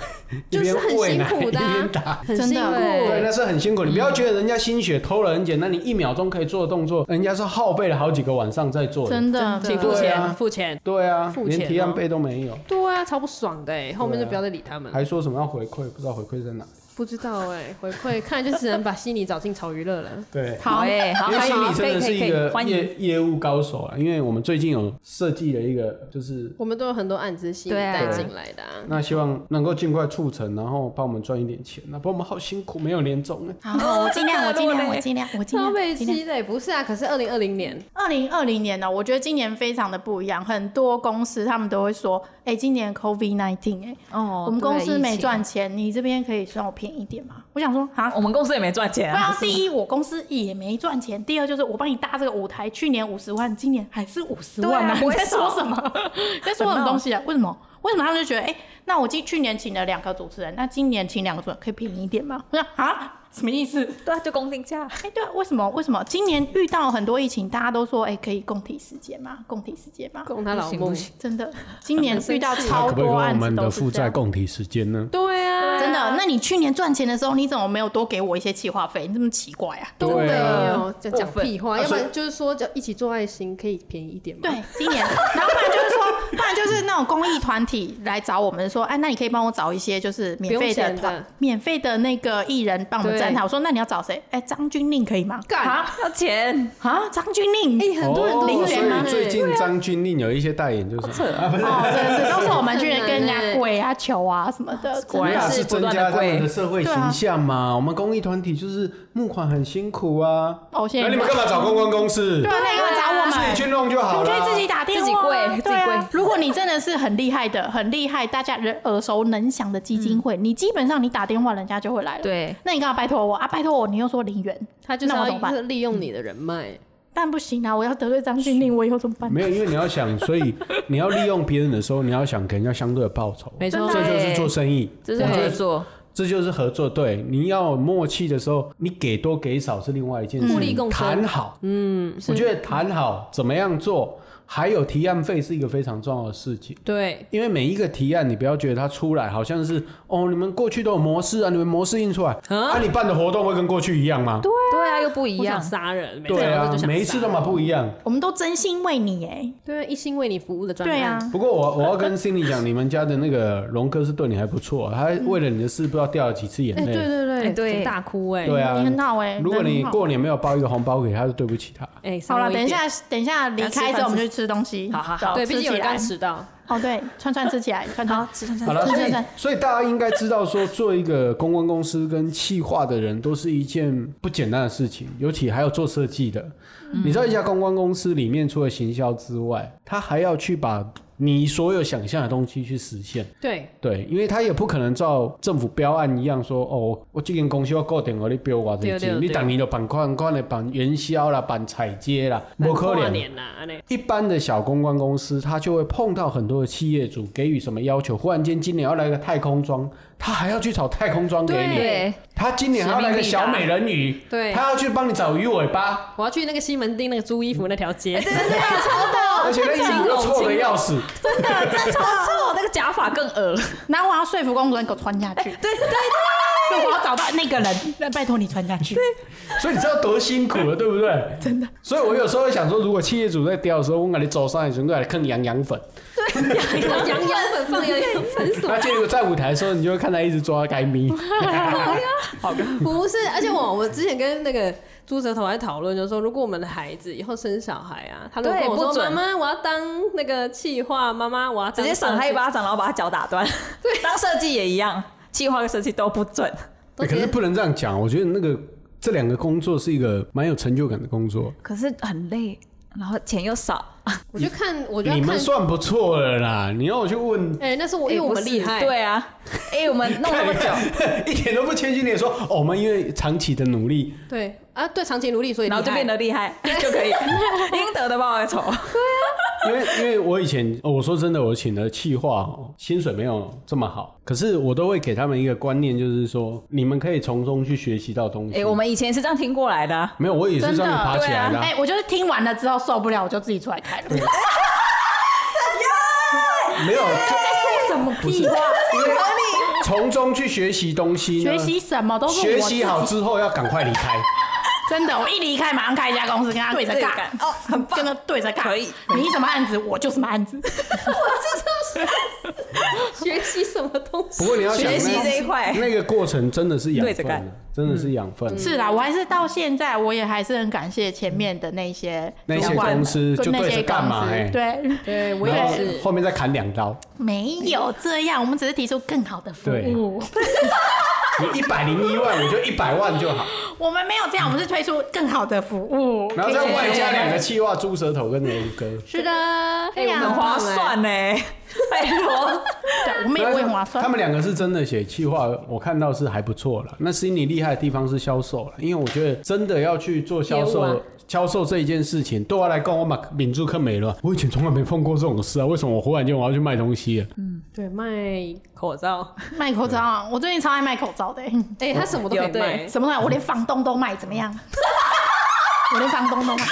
Speaker 1: 一
Speaker 3: 就是
Speaker 1: 边
Speaker 3: 很
Speaker 1: 喂
Speaker 3: 辛
Speaker 1: 奶，
Speaker 3: 苦
Speaker 1: 一
Speaker 3: 的啊
Speaker 1: 边打，
Speaker 3: 很
Speaker 4: 真
Speaker 3: 辛
Speaker 4: 的
Speaker 1: 对，
Speaker 3: 苦，
Speaker 1: 那是很辛苦。你不要觉得人家心血偷了很简单，你一秒钟可以做的动作，人家是耗费了好几个晚上在做的。
Speaker 4: 真的
Speaker 3: 请付
Speaker 1: 对啊
Speaker 3: 钱，付钱。
Speaker 1: 对啊
Speaker 3: 付，钱
Speaker 1: 连提案费都没有，
Speaker 3: 欸对啊，超不爽的哎，后面就不要再理他们了。
Speaker 1: 还说什么要回馈，不知道回馈在哪。
Speaker 3: 不知道哎、回馈看来就只能把悉尼找进潮娱乐了。
Speaker 1: 对，
Speaker 4: 好，
Speaker 2: 喂好，
Speaker 1: 因为
Speaker 2: 可以
Speaker 1: 心理
Speaker 2: 可
Speaker 1: 真的
Speaker 2: 以可
Speaker 1: 是一
Speaker 2: 以可以，
Speaker 1: 个
Speaker 2: 欢迎。
Speaker 1: 业业务高手啊，因为我们最近有设计了一个，就是
Speaker 3: 我们都有很多案子吸引
Speaker 2: 对啊
Speaker 3: 带进来的啊。
Speaker 1: 那希望能够尽快促成，然后帮我们赚一点钱。那不然我们好辛苦，没有年终哎。
Speaker 4: 好，我尽量，我尽量，我尽量，我 尽
Speaker 3: 超
Speaker 4: 量，
Speaker 3: 被
Speaker 4: 我尽量。
Speaker 3: 气的，不是啊？可是二零二零年，
Speaker 4: 二零二零年呢、我觉得今年非常的不一样，很多公司他们都会说，哎、今年 COVID nineteen，哎、
Speaker 2: 哦
Speaker 4: 我们公司没，
Speaker 2: 对疫
Speaker 4: 赚钱，你这边可以算我便宜一点吗？我想说，啊
Speaker 2: 情，我们公司也没赚钱
Speaker 4: 对
Speaker 2: 啊。
Speaker 4: 啊，第一我公司也没赚钱，第二就是我帮你搭这个舞台，去年五十万，今年还是五十万
Speaker 2: 对啊
Speaker 4: 你
Speaker 2: 不会
Speaker 4: 在说
Speaker 2: 少
Speaker 4: 什 么？你在说什么东西啊？为什么？为什么他们就觉得，哎、那我今去年请了两个主持人，那今年请两个主持人可以便宜一点吗？我想啊，什么意思？
Speaker 2: 对啊，就公定价。
Speaker 4: 哎、对啊，为什么？为什么今年遇到很多疫情，大家都说，哎、可以共体时间吗？共体时间吗？
Speaker 3: 供他
Speaker 2: 不
Speaker 3: 老
Speaker 2: 行
Speaker 3: 母
Speaker 2: 不。行
Speaker 4: 真的，今年遇到
Speaker 1: 那
Speaker 4: 超
Speaker 1: 可不可以
Speaker 4: 多
Speaker 1: 把我
Speaker 4: 案子
Speaker 1: 们的
Speaker 4: 都是
Speaker 1: 负
Speaker 4: 这
Speaker 1: 债
Speaker 4: 样。
Speaker 1: 共体时间呢？
Speaker 3: 对啊，
Speaker 4: 真的，那你去年赚钱的时候，你怎么没有多给我一些企划费？你这么奇怪啊？
Speaker 3: 都没
Speaker 1: 对
Speaker 3: 有
Speaker 1: 啊
Speaker 3: 讲讲屁话，
Speaker 1: 啊
Speaker 3: 要不
Speaker 1: 所以
Speaker 3: 然就是说叫一起做爱心可以便宜一点嘛。
Speaker 4: 对，今年，然后不然就是说，不然就是那种公益团体来找我们说，哎，那你可以帮我找一些就是免费
Speaker 3: 不
Speaker 4: 的
Speaker 3: 用钱
Speaker 4: 团
Speaker 3: 的，
Speaker 4: 免费的那个艺人帮我们站台。我说那你要找谁？哎，张钧甯可以吗？
Speaker 3: 干
Speaker 4: 啊
Speaker 2: 要钱，
Speaker 4: 啊，张钧甯。
Speaker 3: 哎，很多人都
Speaker 4: 零
Speaker 1: 哦
Speaker 3: 有
Speaker 1: 所
Speaker 4: 元吗
Speaker 1: 以
Speaker 3: 欸
Speaker 1: 最近张钧甯有一些代言，就是啊，不是，
Speaker 4: 哦，真的是，都是我 们去
Speaker 3: 很难
Speaker 4: 跟人
Speaker 3: 欸
Speaker 4: 家跪啊、求啊什么的，
Speaker 2: 果
Speaker 1: 那
Speaker 2: 然
Speaker 1: 是
Speaker 2: 是不
Speaker 1: 增
Speaker 2: 断地
Speaker 1: 加他们
Speaker 2: 贵
Speaker 1: 的社会
Speaker 4: 对啊
Speaker 1: 形象嘛。我们公益团体就是募款很辛苦啊。
Speaker 4: 哦，现
Speaker 1: 那
Speaker 4: 在
Speaker 1: 你们干嘛找公关公司？
Speaker 4: 对啊，那你干嘛找我们？
Speaker 1: 自己去弄就好
Speaker 4: 你
Speaker 1: 了。
Speaker 4: 可以自己打电
Speaker 2: 自
Speaker 4: 话啊，
Speaker 2: 己跪
Speaker 4: 对啊
Speaker 2: 自己跪
Speaker 4: 如果你真的是很厉害的、很厉害，大家人耳熟能详的基金会，你基本上你打电话，人家就会来了。，
Speaker 2: 对，
Speaker 4: 那你干嘛拜托我啊？拜托我，你又说零元，
Speaker 3: 他就是
Speaker 4: 那我怎
Speaker 3: 要
Speaker 4: 么办？
Speaker 3: 利用你的人脉，
Speaker 4: 但不行啊，我要得罪张俊令，我以后怎么办？
Speaker 1: 没有，因为你要想，所以你要利用别人的时候，你要想给人家相对的报酬。
Speaker 2: 没错，
Speaker 1: 这就是做
Speaker 2: 对，
Speaker 1: 生意，
Speaker 2: 哎这是
Speaker 1: 我觉
Speaker 2: 合
Speaker 1: 得
Speaker 2: 作，
Speaker 1: 这就是合作。对，你要有默契的时候，你给多给少是另外一件事，
Speaker 3: 互利共生
Speaker 1: 谈好，嗯，我觉得谈好怎么样做，还有提案费是一个非常重要的事情。
Speaker 3: 对，
Speaker 1: 因为每一个提案，你不要觉得它出来好像是哦，你们过去都有模式啊，你们模式印出来，啊，你办的活动会跟过去一样吗？
Speaker 2: 对啊，又不一
Speaker 3: 我想
Speaker 2: 样。
Speaker 3: 杀人，每次
Speaker 1: 对
Speaker 3: 我
Speaker 1: 啊
Speaker 3: 就，想
Speaker 1: 每一次
Speaker 3: 杀
Speaker 1: 都嘛不一样。
Speaker 4: 我们都真心为你哎，
Speaker 3: 对啊，一心为你服务的专
Speaker 4: 对啊
Speaker 3: 案，，
Speaker 1: 不过我我要跟心里讲，你们家的那个龙哥是对你还不错，他为了你的事不知道掉了几次眼
Speaker 3: 哎，
Speaker 1: 泪。
Speaker 3: 对
Speaker 2: 哎
Speaker 3: 对
Speaker 2: 对
Speaker 3: 对，大哭哎，
Speaker 1: 对啊
Speaker 4: 你很好哎。
Speaker 1: 如果
Speaker 4: 人
Speaker 1: 你
Speaker 4: 很好
Speaker 1: 过年没有包一个红包给他，是对不起他。
Speaker 3: 哎，
Speaker 4: 好了，
Speaker 3: 稍微
Speaker 4: 等一
Speaker 3: 点，
Speaker 4: 下，等一下离开之后我们就去吃东西。
Speaker 2: 好好好
Speaker 4: 走
Speaker 3: 对，毕
Speaker 4: 吃
Speaker 3: 竟有
Speaker 4: 起
Speaker 3: 人
Speaker 4: 来
Speaker 3: 刚。迟到，
Speaker 4: 哦，对，串串吃起来，串串。
Speaker 2: 吃串
Speaker 1: 好了，所
Speaker 4: 对
Speaker 1: 以
Speaker 4: 对对
Speaker 1: 所以大家应该知道说，做一个公关公司跟企划的人都是一件不简单的事情，尤其还有做设计的。
Speaker 4: 嗯
Speaker 1: 你知道一家公关公司里面，除了行销之外，他还要去把你所有想象的东西去实现。
Speaker 3: 对，
Speaker 1: 对，因为他也不可能照政府标案一样说，哦，我这间公司我固定我你标我这
Speaker 3: 对对
Speaker 1: 钱，你
Speaker 3: 对
Speaker 1: 当年就办款款的办元宵啦，办彩街啦，不可
Speaker 3: 跨
Speaker 1: 能。
Speaker 3: 年呐，安尼
Speaker 1: 一般的小公关公司，他就会碰到很多的企业主给予什么要求，忽然间今年要来个太空装，他还要去找太空装给你；
Speaker 2: 对，
Speaker 1: 他今年还要来个小美人鱼，
Speaker 3: 对
Speaker 1: 他要去帮你找鱼尾巴，
Speaker 3: 我要去那个西门町那个租衣服那条街，
Speaker 1: 而且那衣服都臭的要死。
Speaker 2: 真的，真超臭，那个假发更恶。
Speaker 4: 然后我要说服工作人员给我穿下去。
Speaker 2: 对对对，
Speaker 4: 如果我要找到那个人，那拜托你穿下去。
Speaker 1: 所以你知道多辛苦了，对不对？真的。所以我有时候会想说，如果企业主在雕的时候，我给你走上来，全部来坑羊羊粉。
Speaker 3: 羊羊 粉放羊羊粉什
Speaker 1: 那结果在舞台的时候，你就会看他一直抓该咪。
Speaker 3: 不是，而且我我之前跟那个朱舌头在讨论，就是说，如果我们的孩子以后生小孩啊，他如果
Speaker 2: 对
Speaker 3: 跟我
Speaker 2: 不
Speaker 3: 说妈
Speaker 2: 准
Speaker 3: 妈我要当那个气化，妈妈我要
Speaker 2: 直
Speaker 3: 当
Speaker 2: 接赏他一
Speaker 3: 设计，
Speaker 2: 巴掌，然后把他脚打断。对，当设计也一样，计划跟设计都不准。
Speaker 1: 欸可是不能这样讲，我觉得那个这两个工作是一个蛮有成就感的工作。
Speaker 2: 可是很累，然后钱又少。
Speaker 3: 我就看我就要
Speaker 1: 你们
Speaker 3: 看，
Speaker 1: 算不错了啦！你要我去问，
Speaker 3: 哎，那是我因为我们厉害，
Speaker 2: 对啊，哎，我们弄那么久，
Speaker 1: 一点都不谦虚，你也说、哦我们因为长期的努力，
Speaker 3: 对啊，对长期努力，所以
Speaker 2: 然后就
Speaker 3: 厉害
Speaker 2: 变得厉害就可以，应得的报酬。
Speaker 1: 因为因为我以前、哦我说真的，我请的企划哦薪水没有这么好，可是我都会给他们一个观念，就是说你们可以从中去学习到东西。
Speaker 2: 哎，我们以前是这样听过来的啊。
Speaker 1: 没有，我也是这
Speaker 4: 真的
Speaker 1: 样爬起来的啊、
Speaker 4: 哎、我就是听完了之后受不了，我就自己出来开了。在
Speaker 2: 哎
Speaker 1: 没有，就
Speaker 4: 说什么
Speaker 1: 不是，
Speaker 4: 屁
Speaker 1: 因
Speaker 4: 话？
Speaker 1: 为从中去学习东西呢，
Speaker 4: 学习什么都是我
Speaker 1: 学
Speaker 4: 自己
Speaker 1: 习好之后要赶快离开。
Speaker 4: 真的，我一离开马上开一家公司，跟他对着
Speaker 2: 对着
Speaker 4: 干
Speaker 2: 干，
Speaker 4: 哦，很棒，跟他对着干，
Speaker 2: 可以。
Speaker 4: 你什么案子，我就什么案子。
Speaker 3: 学习习什么东西？
Speaker 1: 不过你要想
Speaker 2: 学习
Speaker 1: 那
Speaker 2: 这一块
Speaker 1: 那个过程真的是养
Speaker 2: 对着
Speaker 1: 分啊
Speaker 2: 干，
Speaker 1: 真的是养分。啊
Speaker 4: 是啦，我还是到现在，我也还是很感谢前面的那些
Speaker 1: 那些
Speaker 4: 主管们
Speaker 1: 公司就
Speaker 4: 跟那
Speaker 1: 对着
Speaker 4: 些
Speaker 1: 干
Speaker 4: 公
Speaker 1: 嘛哎
Speaker 4: 司
Speaker 1: 嘿
Speaker 4: 对，
Speaker 3: 对我
Speaker 1: 然
Speaker 3: 也
Speaker 1: 后
Speaker 3: 是，
Speaker 1: 后面再砍两刀，
Speaker 4: 没有这样，我们只是提出更好的服
Speaker 1: 对
Speaker 3: 哦
Speaker 4: 务，
Speaker 1: 你一百零一万，我就一百万就好，
Speaker 4: 我们没有这样，我们是推出更好的服务，
Speaker 1: 嗯然后再外加两个气化猪舌头跟牛哥，
Speaker 3: 是的，哎，我
Speaker 4: 对啊很
Speaker 3: 们
Speaker 2: 很划
Speaker 3: 棒哎
Speaker 2: 算呢、拜托，
Speaker 4: 对，我们也
Speaker 1: 然后
Speaker 4: 会划算。
Speaker 1: 他们两个是真的写气化，我看到是还不错了。那 c i n y 厉害的地方是销售了，因为我觉得真的要去做销
Speaker 3: 业务啊
Speaker 1: 售。销售这一件事情对我来讲，我把民住客没了。我以前从来没碰过这种事啊，为什么我忽然间我要去卖东西了？啊
Speaker 3: 对，卖口罩，
Speaker 4: 卖口罩啊，我最近超爱卖口罩的、欸
Speaker 3: 哎，他什么都可以
Speaker 2: 有对
Speaker 3: 卖，
Speaker 4: 什么啊？我连房东都卖，怎么 样？我连房东都卖，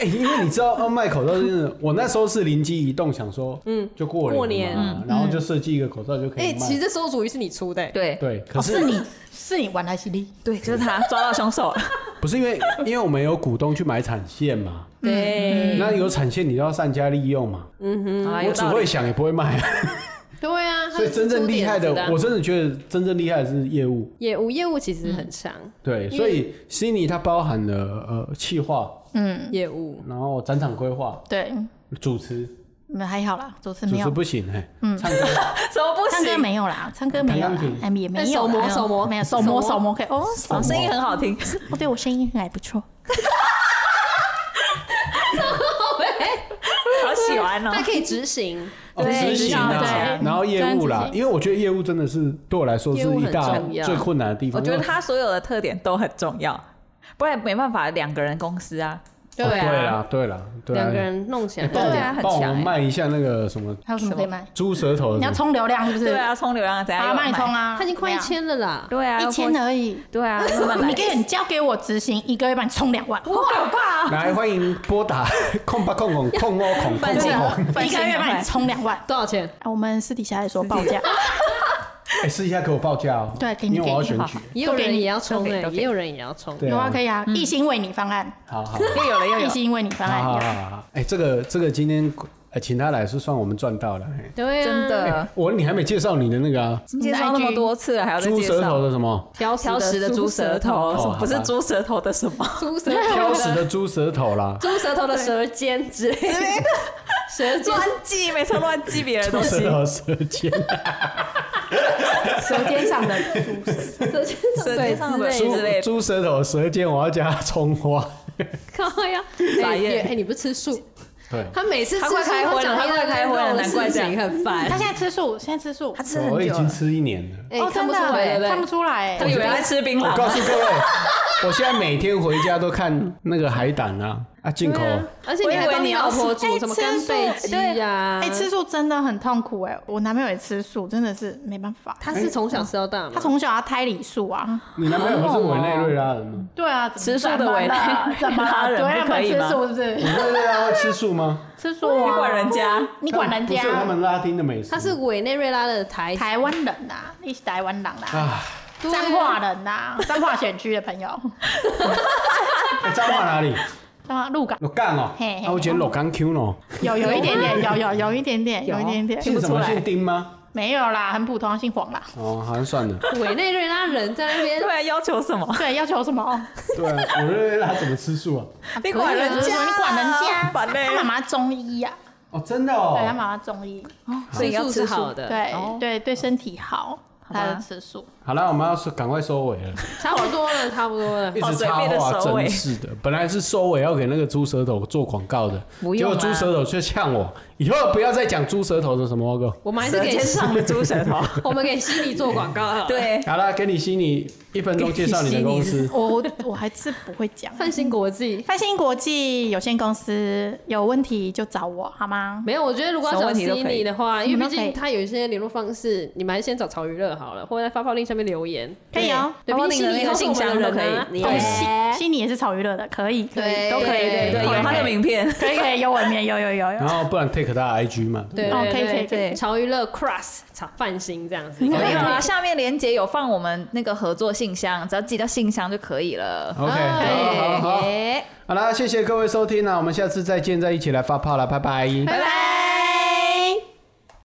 Speaker 1: 哎、因为你知道要卖口罩，就是我那时候是灵机一动，想说，嗯，就过
Speaker 3: 过
Speaker 1: 年
Speaker 3: 年嗯
Speaker 1: 了嘛，然后就设计一个口罩就可
Speaker 3: 哎，
Speaker 1: 以卖。
Speaker 3: 其实这馊主意是你出的，哎，
Speaker 2: 对
Speaker 1: 对，可
Speaker 4: 哦，
Speaker 1: 是,、
Speaker 4: 是你是你玩来犀利，
Speaker 2: 对，就是他抓到凶手了，
Speaker 1: 不是因为因为我们有股东去买产线嘛，
Speaker 3: 对，
Speaker 1: 那有产线你就要善加利用嘛。
Speaker 2: 嗯好啦
Speaker 1: 我
Speaker 2: 嗯有
Speaker 1: 只
Speaker 2: 道
Speaker 1: 会
Speaker 2: 理。
Speaker 1: 想也不会卖，
Speaker 3: 对啊，他
Speaker 1: 所以
Speaker 3: 是
Speaker 1: 真正
Speaker 3: 出
Speaker 1: 厉
Speaker 3: 点
Speaker 1: 害
Speaker 3: 子
Speaker 1: 的，
Speaker 3: 啊
Speaker 1: 我真的觉得真正厉害的是业务。
Speaker 3: 业务业务其实很强，
Speaker 1: 对，所以悉尼它包含了呃企划，
Speaker 4: 嗯，
Speaker 3: 业务
Speaker 1: 然后展场规划、
Speaker 4: 对，
Speaker 1: 主持，
Speaker 4: 那嗯还好啦，主持
Speaker 1: 主
Speaker 4: 没
Speaker 1: 持
Speaker 4: 有，
Speaker 1: 不行哎，唱歌
Speaker 2: 什么不
Speaker 4: 唱歌
Speaker 2: 行？
Speaker 4: 没有啦，唱歌没有啦
Speaker 1: 弹钢琴，
Speaker 4: 哎，也没有啦，
Speaker 3: 手模
Speaker 4: 没有
Speaker 3: 手
Speaker 4: 没有手模
Speaker 3: 模手模
Speaker 4: 手模可以哦，手
Speaker 2: 哦，声音很好听，
Speaker 4: 哦，对我声音还不错，
Speaker 2: 好喜欢哦。
Speaker 3: 他可以执行，
Speaker 1: 哦
Speaker 2: 对
Speaker 1: 执行
Speaker 2: 知道
Speaker 1: 啊，
Speaker 4: 对
Speaker 1: 然后业务
Speaker 4: 专
Speaker 1: 啦
Speaker 4: 职，
Speaker 1: 因为我觉得业务真的是对我来说是
Speaker 3: 业务
Speaker 1: 一
Speaker 3: 很
Speaker 1: 大
Speaker 3: 重要
Speaker 1: 最困难的地
Speaker 2: 我
Speaker 1: 方。
Speaker 2: 觉得他所有的特点都很重要，不然没办法两个人公司啊。
Speaker 1: 哦对
Speaker 3: 啊，
Speaker 1: 啦，对啦，对
Speaker 3: 两个
Speaker 1: 啦。
Speaker 3: 人弄起
Speaker 1: 哎
Speaker 3: 来，
Speaker 1: 帮我
Speaker 2: 对啊
Speaker 1: 们
Speaker 2: 很
Speaker 1: 帮我
Speaker 2: 强
Speaker 1: 们
Speaker 2: 哎
Speaker 1: 卖一下那个什么
Speaker 4: 还有什么可以卖？
Speaker 1: 猪舌头的
Speaker 4: 你
Speaker 1: 什
Speaker 4: 要
Speaker 1: 么，
Speaker 4: 冲流量是不是？
Speaker 2: 对啊，充流量怎
Speaker 4: 好
Speaker 2: 样？
Speaker 4: 啊，
Speaker 2: 要
Speaker 4: 帮你冲啊，
Speaker 3: 他已经快一
Speaker 4: 怎么样，
Speaker 3: 千了啦，
Speaker 2: 对啊，
Speaker 4: 一千
Speaker 2: 的。
Speaker 4: 而已。
Speaker 2: 对 啊，慢慢来
Speaker 4: 你给你交给我执行，一个月帮你冲两万，
Speaker 2: 我好可怕啊！
Speaker 1: 来欢迎拨打控八控控控哦控控
Speaker 2: 反
Speaker 1: 控
Speaker 2: 正
Speaker 1: 控。
Speaker 4: 啊一个月帮你冲两万。
Speaker 3: 多少钱？
Speaker 4: 啊我们私底下来说报价，
Speaker 1: 哎，试一下给我报价哦。
Speaker 4: 对给你
Speaker 1: 因为我要
Speaker 4: 给你
Speaker 1: 选
Speaker 4: 好
Speaker 1: 举。
Speaker 3: 也有
Speaker 4: 都给
Speaker 3: 人
Speaker 4: 你
Speaker 3: 也要冲
Speaker 2: 都给
Speaker 3: 哎，
Speaker 2: 都给
Speaker 3: 也有人也要冲，
Speaker 1: 对
Speaker 4: 有啊，
Speaker 1: 啊，
Speaker 4: 可以啊，一心为你方案，
Speaker 1: 好好。
Speaker 2: 又有了又有
Speaker 4: 一，心为你方
Speaker 1: 好好好
Speaker 4: 案，
Speaker 1: 好好，哎，这个这个今天呃请他来是算我们赚到了。哎
Speaker 3: 对啊，
Speaker 2: 真的，
Speaker 1: 我你还没介绍你的那个啊，
Speaker 2: 介绍那么多次了，还要再
Speaker 1: 猪
Speaker 2: 介
Speaker 1: 舌头
Speaker 2: 绍。
Speaker 1: 的什么？
Speaker 3: 挑
Speaker 2: 挑食的猪舌
Speaker 1: 哦
Speaker 2: 头
Speaker 1: 好，吧
Speaker 2: 不是猪舌头的什么？
Speaker 3: 猪舌
Speaker 1: 挑
Speaker 3: 头
Speaker 1: 食
Speaker 3: 的
Speaker 1: 的猪舌头啦，
Speaker 3: 猪舌头的舌尖之类的，舌尖
Speaker 2: 乱记，每次都乱记别人的
Speaker 1: 猪
Speaker 2: 东
Speaker 1: 舌
Speaker 2: 西。
Speaker 1: 头舌尖，
Speaker 4: 舌尖上的
Speaker 3: 舌尖
Speaker 2: 舌尖上的
Speaker 3: 对
Speaker 1: 猪
Speaker 2: 猪之
Speaker 3: 之类
Speaker 2: 类的
Speaker 1: 猪舌头舌尖，我要加葱花。
Speaker 3: 靠呀！
Speaker 2: 傻
Speaker 3: 哎
Speaker 2: 眼
Speaker 3: 哎，你不吃素？
Speaker 1: 对，
Speaker 3: 他每次吃
Speaker 2: 他
Speaker 3: 素
Speaker 2: 快开荤了
Speaker 3: 都讲
Speaker 2: 他快开荤了
Speaker 3: 的
Speaker 2: 难怪这样
Speaker 3: 很烦
Speaker 4: 他。现在吃素，现在吃素
Speaker 2: 他，吃很
Speaker 1: 我已
Speaker 2: 久
Speaker 1: 经
Speaker 2: 了，
Speaker 1: 吃一年了。
Speaker 3: 哎，
Speaker 4: 哦，
Speaker 3: 看
Speaker 4: 真
Speaker 3: 不出
Speaker 4: 的
Speaker 3: 来，对
Speaker 4: 看
Speaker 3: 不
Speaker 4: 不
Speaker 3: 对？
Speaker 4: 出来欸
Speaker 2: 他，以为在吃槟
Speaker 1: 我
Speaker 2: 榔
Speaker 1: 告
Speaker 2: 啊。
Speaker 1: 诉各位，我现在每天回家都看那个海胆啊啊进口
Speaker 3: 对，啊，而且你
Speaker 2: 我
Speaker 3: 还
Speaker 2: 以为
Speaker 3: 帮
Speaker 2: 你
Speaker 3: 你
Speaker 2: 要
Speaker 3: 老婆煮
Speaker 4: 哎
Speaker 3: 什么
Speaker 4: 吃
Speaker 3: 干
Speaker 4: 素
Speaker 3: 贝
Speaker 4: 哎
Speaker 3: 鸡
Speaker 4: 对
Speaker 3: 呀？
Speaker 4: 哎，吃素真的很痛苦哎，我男朋友也吃素，真的是没办法，
Speaker 3: 他
Speaker 2: 哎
Speaker 3: 是从小吃到大吗？
Speaker 4: 他从小要胎里素啊，
Speaker 1: 你男朋友不是委内瑞拉人吗？
Speaker 4: 对啊，
Speaker 2: 吃素的委内
Speaker 4: 怎么
Speaker 2: 拉人
Speaker 4: 对啊
Speaker 2: 不可以吗
Speaker 4: 吃素 是不 是？
Speaker 1: 委内瑞拉会吃素吗？
Speaker 4: 吃素
Speaker 2: 你
Speaker 4: 啊，
Speaker 2: 管人家，
Speaker 4: 你管人
Speaker 1: 不是他
Speaker 4: 家，啊
Speaker 1: 们拉丁的美食。
Speaker 3: 他是委内瑞拉的台
Speaker 4: 台湾人呐，你是台湾人啦，
Speaker 1: 啊，
Speaker 3: 对
Speaker 4: 彰化人呐，彰化选区的朋友，
Speaker 1: 哎彰化哪里？
Speaker 4: 彰化鹿港。
Speaker 1: 鹿港哦
Speaker 4: 嘿，嘿
Speaker 1: 啊，我觉得鹿港 Q 呢，
Speaker 4: 有有一点点，有有有一点点，有一点点，
Speaker 1: 姓什么？
Speaker 2: 来
Speaker 1: 姓丁吗？
Speaker 4: 没有啦，很普通，他姓黄啦。
Speaker 1: 哦，好像算了。
Speaker 3: 委内瑞拉人在那边
Speaker 2: 对，啊，要求什么？
Speaker 4: 对，要求什么？
Speaker 1: 对啊，委内瑞拉怎么吃素啊？
Speaker 2: 你管人
Speaker 4: 就是
Speaker 2: 家，
Speaker 4: 说你管人家，
Speaker 2: 烦嘞
Speaker 4: 他。妈妈中医呀，
Speaker 1: 哦，真的
Speaker 4: 对他
Speaker 1: 哦。
Speaker 4: 妈妈中医，
Speaker 2: 所以
Speaker 3: 吃
Speaker 2: 要
Speaker 3: 素
Speaker 2: 吃
Speaker 3: 是
Speaker 2: 素
Speaker 3: 好的，
Speaker 4: 对对对，身体哦好，他就吃素。
Speaker 1: 好了，我们要说赶快收尾了，
Speaker 4: 哦
Speaker 3: 差不多了，差不多了
Speaker 1: 一。
Speaker 2: 好
Speaker 1: 直
Speaker 2: 随
Speaker 1: 插
Speaker 2: 便地
Speaker 1: 话，
Speaker 2: 收尾
Speaker 1: 真是的。本来是收尾要给那个猪舌头做广告的，
Speaker 2: 不
Speaker 1: 结
Speaker 2: 用
Speaker 1: 果
Speaker 2: 啊
Speaker 1: 猪舌头却呛我，以后不要再讲猪舌头的什么了。
Speaker 3: 我们还是
Speaker 2: 舌
Speaker 3: 给
Speaker 2: 尖上的猪舌头，
Speaker 3: 我们给悉尼做广告好了。
Speaker 2: 对，
Speaker 1: 好了，给你悉尼一分钟介绍你的公司。
Speaker 4: 我我我还是不会讲。
Speaker 3: 泛星国际
Speaker 4: 翻新国际有限公司有问题就找我好吗？
Speaker 3: 没有，我觉得如果要找悉尼的话，
Speaker 4: 什
Speaker 3: 因
Speaker 4: 么
Speaker 3: 为
Speaker 4: 都
Speaker 3: 毕
Speaker 4: 可以
Speaker 3: 竟他有一些联络方式，你们还是先找曹娱乐好了，或者在发泡令下面留言。
Speaker 4: 可以哦。
Speaker 3: 对，
Speaker 2: 包括
Speaker 3: 毕竟
Speaker 2: 你的
Speaker 3: 悉尼
Speaker 2: 那
Speaker 3: 都
Speaker 2: 个
Speaker 3: 是我
Speaker 2: 信
Speaker 3: 们
Speaker 2: 箱
Speaker 3: 的
Speaker 2: 都可
Speaker 3: 人啊
Speaker 2: 以，你
Speaker 4: 对，
Speaker 2: 也
Speaker 3: 对
Speaker 4: 悉悉尼也是草娱乐的，可以可
Speaker 3: 对
Speaker 4: 以都可以，
Speaker 2: 对对，
Speaker 4: 可以
Speaker 2: 有他的名片，
Speaker 4: 可以可以有我名，有有有 有
Speaker 1: 然。后不然 take 他的 IG 嘛。
Speaker 3: 对
Speaker 4: 哦可以可
Speaker 3: 对
Speaker 4: 以可
Speaker 3: 对，
Speaker 2: 以
Speaker 3: 潮娱乐 cross 潮泛星这样子。
Speaker 2: 没有啊，下面连接有放我们那个合作信箱，只要寄到信箱就可以了。
Speaker 1: OK，好好好，好啦，谢谢各位收听啊，我们下次再见，再一起来发炮了，拜拜。
Speaker 3: 拜拜。